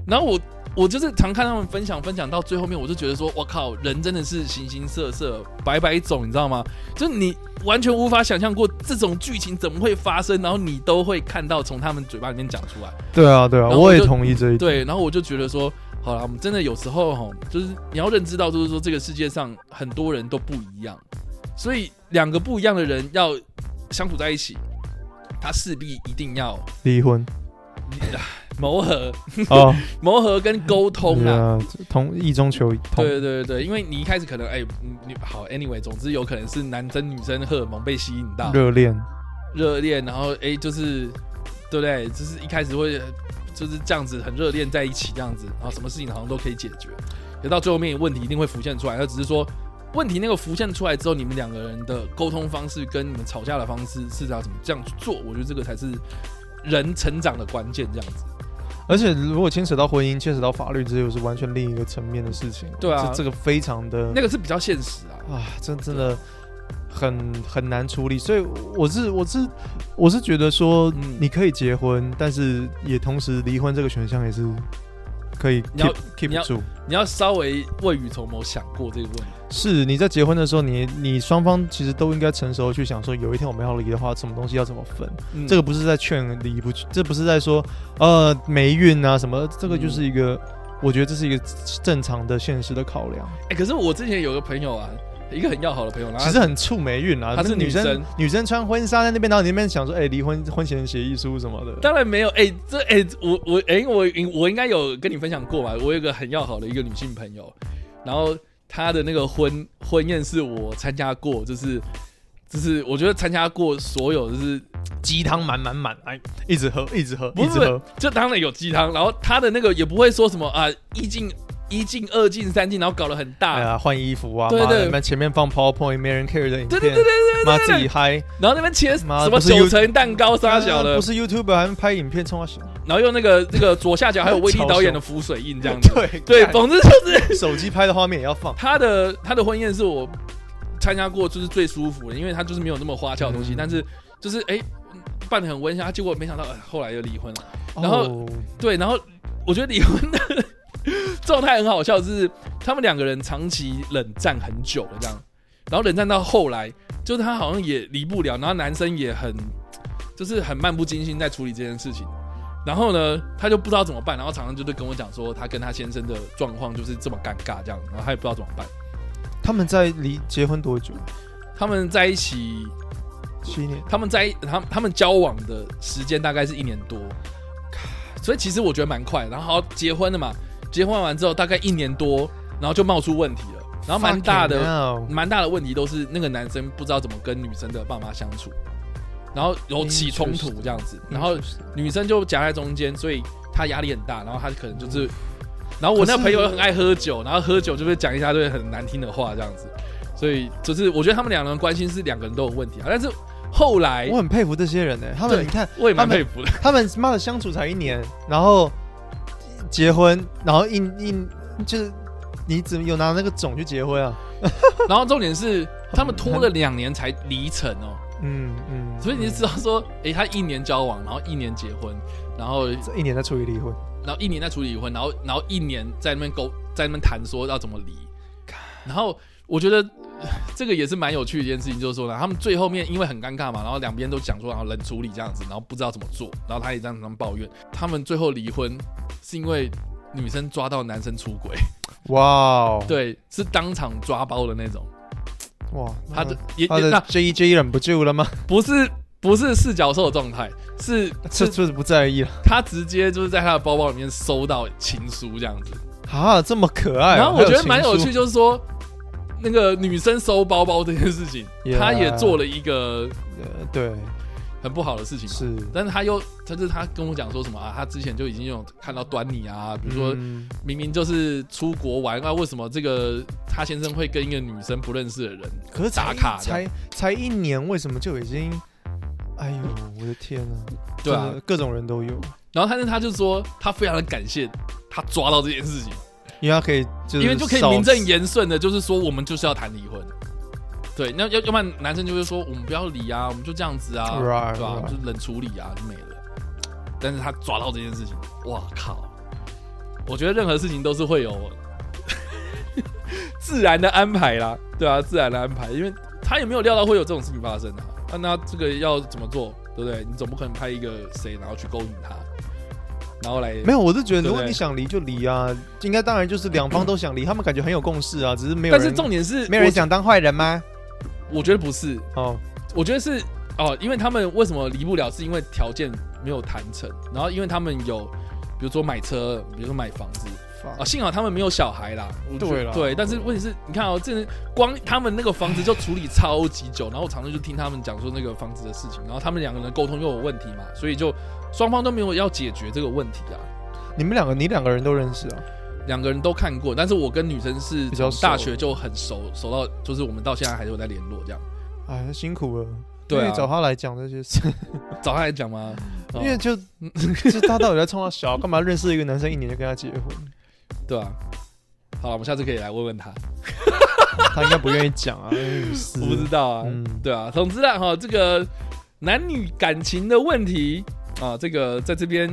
然后我我就是常看他们分享，分享到最后面，我就觉得说，我靠，人真的是形形色色、百百种，你知道吗？就你完全无法想象过这种剧情怎么会发生，然后你都会看到从他们嘴巴里面讲出来。对啊对啊，然后我也就同意这一点。对，然后我就觉得说，好了，我们真的有时候哈，就是你要认知到，就是说这个世界上很多人都不一样，所以两个不一样的人要相处在一起，他势必一定要离 <laughs> 婚磨合、 <laughs> 哦，磨合跟沟通对啊。啊，同意中求异同对对对对，因为你一开始可能哎，你你好，anyway，总之有可能是男生女生荷尔蒙被吸引到，热恋，热恋，然后哎，就是对不对？就是一开始会就是这样子很热恋在一起这样子，然后什么事情好像都可以解决，可到最后面问题一定会浮现出来。那只是说问题那个浮现出来之后，你们两个人的沟通方式跟你们吵架的方式是要怎么这样去做？我觉得这个才是人成长的关键，这样子。而且如果牵扯到婚姻、牵扯到法律，这又是完全另一个层面的事情。对啊这这个非常的那个是比较现实啊。啊，真真的很很难处理。所以我是我是我是觉得说嗯，你可以结婚，但是也同时离婚这个选项也是可以你要 keep 你要 keep 住。你要稍微未雨绸缪，想过这个问题。是你在结婚的时候，你你双方其实都应该成熟地去想说，有一天我们要离的话，什么东西要怎么分。嗯这个不是在劝离不去，这不是在说呃霉运啊什么，这个就是一个，我觉得这是一个正常的现实的考量。哎、可是我之前有个朋友啊，一个很要好的朋友，然后其实很触霉运啦。她是那女女生生，女生穿婚纱在那边，然后你那边想说，哎，离婚婚前协议书什么的，当然没有，哎、这哎、我我哎、我我应该有跟你分享过吧？我有一个很要好的一个女性朋友，然后她的那个婚婚宴是我参加过，就是就是我觉得参加过所有就是鸡汤满满满，哎，一直喝，一直喝，不一是直不是喝，就当然有鸡汤，然后她的那个也不会说什么啊一进一进二进三进，然后搞得很大，哎呀，换衣服啊，对妈的对那前面放 PowerPoint 没人 care 的影片，对对对对对妈对自己对，嗨，然后那边切什妈么不是九 you- 层蛋糕沙小的不，是 YouTuber 还拍影片冲他笑，然后用那个那个左下角还有威力超导演凶的浮水印这 <laughs> 样子，对对，干总之就是。手机拍的画面也要放，他的他的婚宴是我参加过就是最舒服的，因为他就是没有那么花俏的东西，嗯但是就是哎、办的很温馨，啊结果没想到、呃后来又离婚了。然后哦对，然后我觉得离婚的状态很好笑，就是他们两个人长期冷战很久了这样，然后冷战到后来，就是他好像也离不了，然后男生也很就是很漫不经心在处理这件事情。然后呢，他就不知道怎么办，然后常常就是跟我讲说，他跟他先生的状况就是这么尴尬这样，然后他也不知道怎么办。他们在离结婚多久？他们在一起，七年。他们在他们他们交往的时间大概是一年多，所以其实我觉得蛮快。然后好结婚了嘛，结婚完之后大概一年多，然后就冒出问题了，然后蛮大的 Fucking hell 蛮大的问题都是那个男生不知道怎么跟女生的爸妈相处，然后有起冲突这样子，然嗯后女生就夹在中间，所以她压力很大，然后她可能就是，然后我那嗯可是朋友很爱喝酒，然后喝酒就会讲一大堆很难听的话这样子，所以就是我觉得他们两个人关系是两个人都有问题啊，但是后来我很佩服这些人呢、欸他们哎对你看，我也蛮他们佩服的，他们妈的相处才一年，然后结婚，然后一一就是你怎么有拿那个种去结婚啊？ <laughs> 然后重点是他们拖了两年才离成哦，嗯嗯，所以你就知道说，诶、他一年交往，然后一年结婚，然后这一年再处理离婚，然后一年在处理离婚，然后然后一年在那边沟在那边谈说要怎么离，然后我觉得呃这个也是蛮有趣的一件事情，就是说呢，他们最后面因为很尴尬嘛，然后两边都讲说然后冷处理这样子，然后不知道怎么做，然后他也这样子抱怨，他们最后离婚是因为女生抓到男生出嗯轨，哇哦，对，是当场抓包的那种，哇，他的的也嗯他也那的 J J 忍不住了吗？不是不是四角兽的状态， <laughs> 是这是这不在意了他直接就是在他的包包里面收到情书这样子。啊，这么可爱啊、然后我觉得蛮还有情趣，书，就是说那个女生收包包这件事情， <laughs> Yeah 她也做了一个呃对，很不好的事情嘛。是，但是她又，她就是她跟我讲说什么啊？她之前就已经有看到端倪啊，比如说嗯明明就是出国玩啊，为什么这个她先生会跟一个女生不认识的人？可是才打一卡这才才一年，为什么就已经？哎呦，我的天呐、对啊真的，各种人都有，然后但是她就说，她非常的感谢她抓到这件事情，因为他可以就是因为就可以少名正言顺的，就是说我们就是要谈离婚。对，那要要不然男生就会说我们不要离啊，我们就这样子啊 Right, 对吧、 right. 就冷处理啊，就没了。但是他抓到这件事情，哇靠！我觉得任何事情都是会有 <laughs> 自然的安排啦，对啊，自然的安排，因为他也没有料到会有这种事情发生啊。啊那这个要怎么做，对不对？你总不可能派一个谁，然后去勾引他，然后来没有，我是觉得对如不果对你想离就离啊，应该当然就是两方都想离，他们感觉很有共识啊，只是没有但人，是重点是，没有人想当坏人吗？我，我觉得不是，哦，我觉得是哦，因为他们为什么离不了，是因为条件没有谈成，然后因为他们有，比如说买车，比如说买房子啊、幸好他们没有小孩啦。我觉得对啦对，但是问题是，你看哦，这光他们那个房子就处理超级久，然后我常常就听他们讲说那个房子的事情，然后他们两个人沟通又有问题嘛，所以就双方都没有要解决这个问题啊。你们两个，你两个人都认识啊？两个人都看过，但是我跟女生是比较从大熟学就很熟，熟到就是我们到现在还是有在联络这样。哎，辛苦了，对因啊为，找他来讲这些事，找他来讲吗？哦因为就就他到底在冲他小，干嘛认识一个男生一年就跟他结 <laughs> 婚？对啊。好了，我们下次可以来问问他，他应该不愿意讲啊，我我不知道啊，嗯对啊。总之啊，哈，这个男女感情的问题啊，这个在这边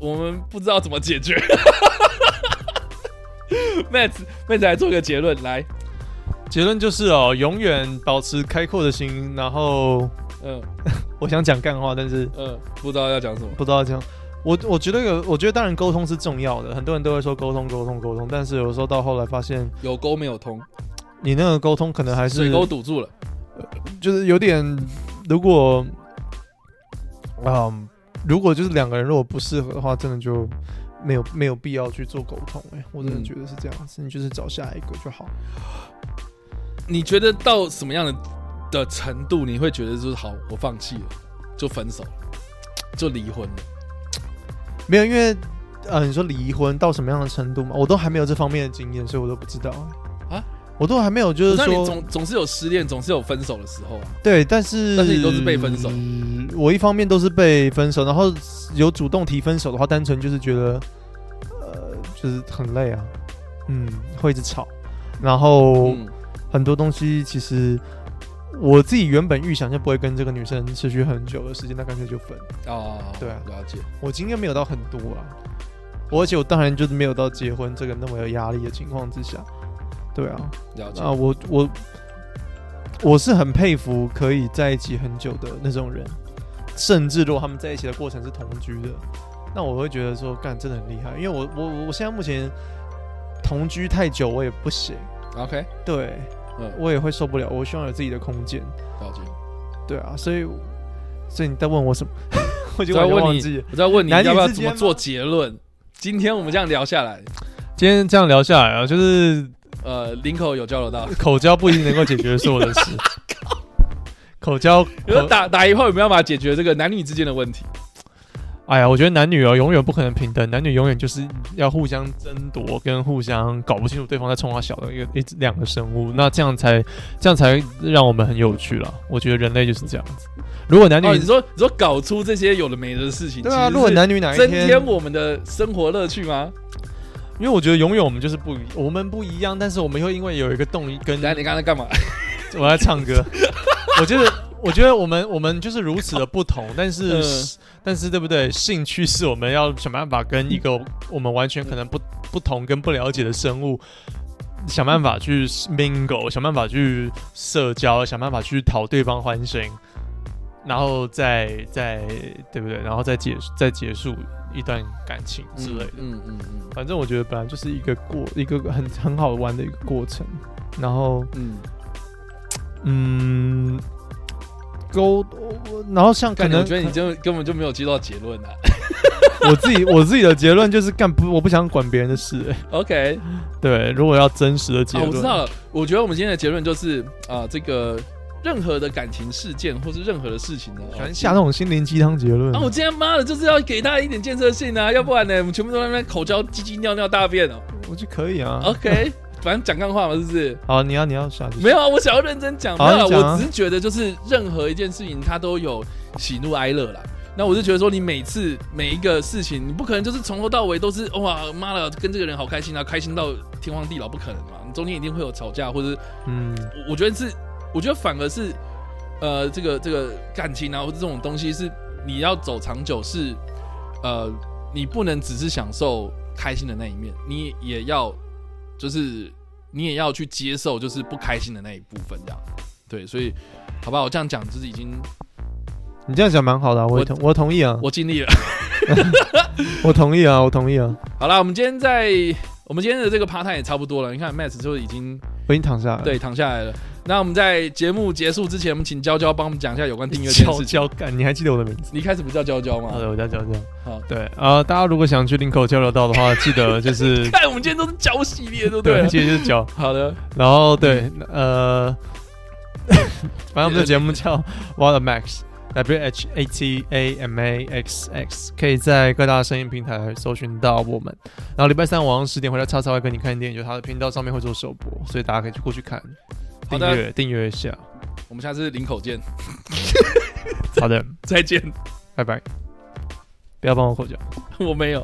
我们不知道怎么解决。 <laughs> 妹子，妹子来做个结论，来，结论就是哦，永远保持开阔的心，然后嗯我想讲干话，但是嗯，不知道要讲什么，不知道这样。我我觉得有，我觉得当然沟通是重要的，很多人都会说沟通沟通沟通，但是有时候到后来发现，有沟没有通，你那个沟通可能还是水沟堵住了，就是有点，如果，嗯，如果就是两个人如果不适合的话，真的就没有没有必要去做沟通、欸。哎，我真的嗯觉得是这样子，你就是找下一个就好。你觉得到什么样的的程度，你会觉得就是好，我放弃了，就分手了，就离婚了？没有，因为呃，你说离婚到什么样的程度嘛，我都还没有这方面的经验，所以我都不知道啊。我都还没有，就是那你说总总是有失恋，总是有分手的时候啊。对，但是但是你都是被分手我一方面都是被分手，然后有主动提分手的话，单纯就是觉得呃，就是很累啊，嗯，会一直吵，然后嗯，很多东西其实我自己原本预想就不会跟这个女生持续很久的时间，那干脆就分。哦，对啊了解。我经验没有到很多啊，我而且我当然就是没有到结婚这个那么有压力的情况之下，对啊，了解啊，我我我是很佩服可以在一起很久的那种人，甚至如果他们在一起的过程是同居的，那我会觉得说，干真的很厉害，因为我我我我现在目前同居太久我也不行， ，OK，对嗯，我也会受不了，我希望有自己的空间，了解。对啊，所以所以你在问我什么？ <laughs> 我就我在完全问忘记你了，我在问你男女要不要之怎间么做吗结论？今天我们这样聊下来，今天这样聊下来啊，就是呃，林口有交流 <laughs> 到，口交不一定能够解决所有的事。 <laughs> 口交，有口打打一炮有没有办法解决这个男女之间的问题？哎呀，我觉得男女哦永远不可能平等，男女永远就是要互相争夺，跟互相搞不清楚对方在冲他小的一个一两个生物，那这样才这样才让我们很有趣了。我觉得人类就是这样子。如果男女、哦，你说你说搞出这些有的没的事情，对啊，其实是如果男女哪一增天，嗯添我们的生活乐趣吗？因为我觉得永远我们就是不一，我们不一样，但是我们会因为有一个动力跟等下你刚才干嘛？ <laughs> 我在唱歌。我觉得，我觉得我们我们就是如此的 <laughs> 不同，但是、嗯但是对不对？兴趣是我们要想办法跟一个我们完全可能不不同跟不了解的生物。想办法去 mingle，想办法去社交，想办法去讨对方欢心，然后再再对不对？然后再结再结束一段感情之类的。嗯嗯嗯反正我觉得本来就是一个过一个很很好玩的一个过程，然后嗯，嗯，沟，然后像可感觉能我觉得你就根本就没有接到结论啊。 <laughs> 我自己我自己的结论就是干不，我不想管别人的事、欸 <laughs> OK，对，如果要真实的结啊，论、我知道了。我觉得我们今天的结论就是啊、这个任何的感情事件或是任何的事情呢，喜哦欢下那种心灵鸡汤结论、啊，我今天妈的就是要给他一点建设性啊，要不然呢，我们全部都在那边口交、鸡鸡、尿尿、大便哦。我觉得可以啊。 OK，反正讲干话嘛，是不是？好，你要你要下去没有啊，我想要认真讲，没好有啊，你讲啊我只是觉得就是任何一件事情它都有喜怒哀乐啦。那我是觉得说，你每次每一个事情，你不可能就是从头到尾都是哇妈的跟这个人好开心啊，开心到天荒地老，不可能嘛。你中间一定会有吵架，或者是嗯，我我觉得是，我觉得反而是，呃，这个这个感情啊，或者这种东西是你要走长久是，呃，你不能只是享受开心的那一面，你也要就是你也要去接受就是不开心的那一部分，这样对，所以好吧，我这样讲就是已经你这样讲蛮好的啊、我也我同我同意啊，我我尽力了。 <laughs> 同意啊，我同意啊，好啦，我们今天在我们今天的这个 part time 也差不多了，你看 Max 就已经我已经躺下了。对躺下来了。那我们在节目结束之前，我们请娇娇帮我们讲一下有关订阅这件悄事情。悄干，你还记得我的名字？你一开始不叫娇娇吗？好的，我叫娇娇。好对啊、呃大家如果想去林口交流道的话，记得就是看我们今天都是交系列， <laughs> 对不啊对，对？记得就是交。好的，然后对，嗯呃， <laughs> 反正我们的节目叫 What a Max。W H A T A M A X X，可以在各大声音平台搜寻到我们。然后礼拜三晚上十点回到叉叉 Y 跟你看电影，就他的频道上面会做首播，所以大家可以去过去看，好订的阅订阅一下。我们下次林口见，好的，再见。 <laughs> 拜拜。不要帮我口交。我没有。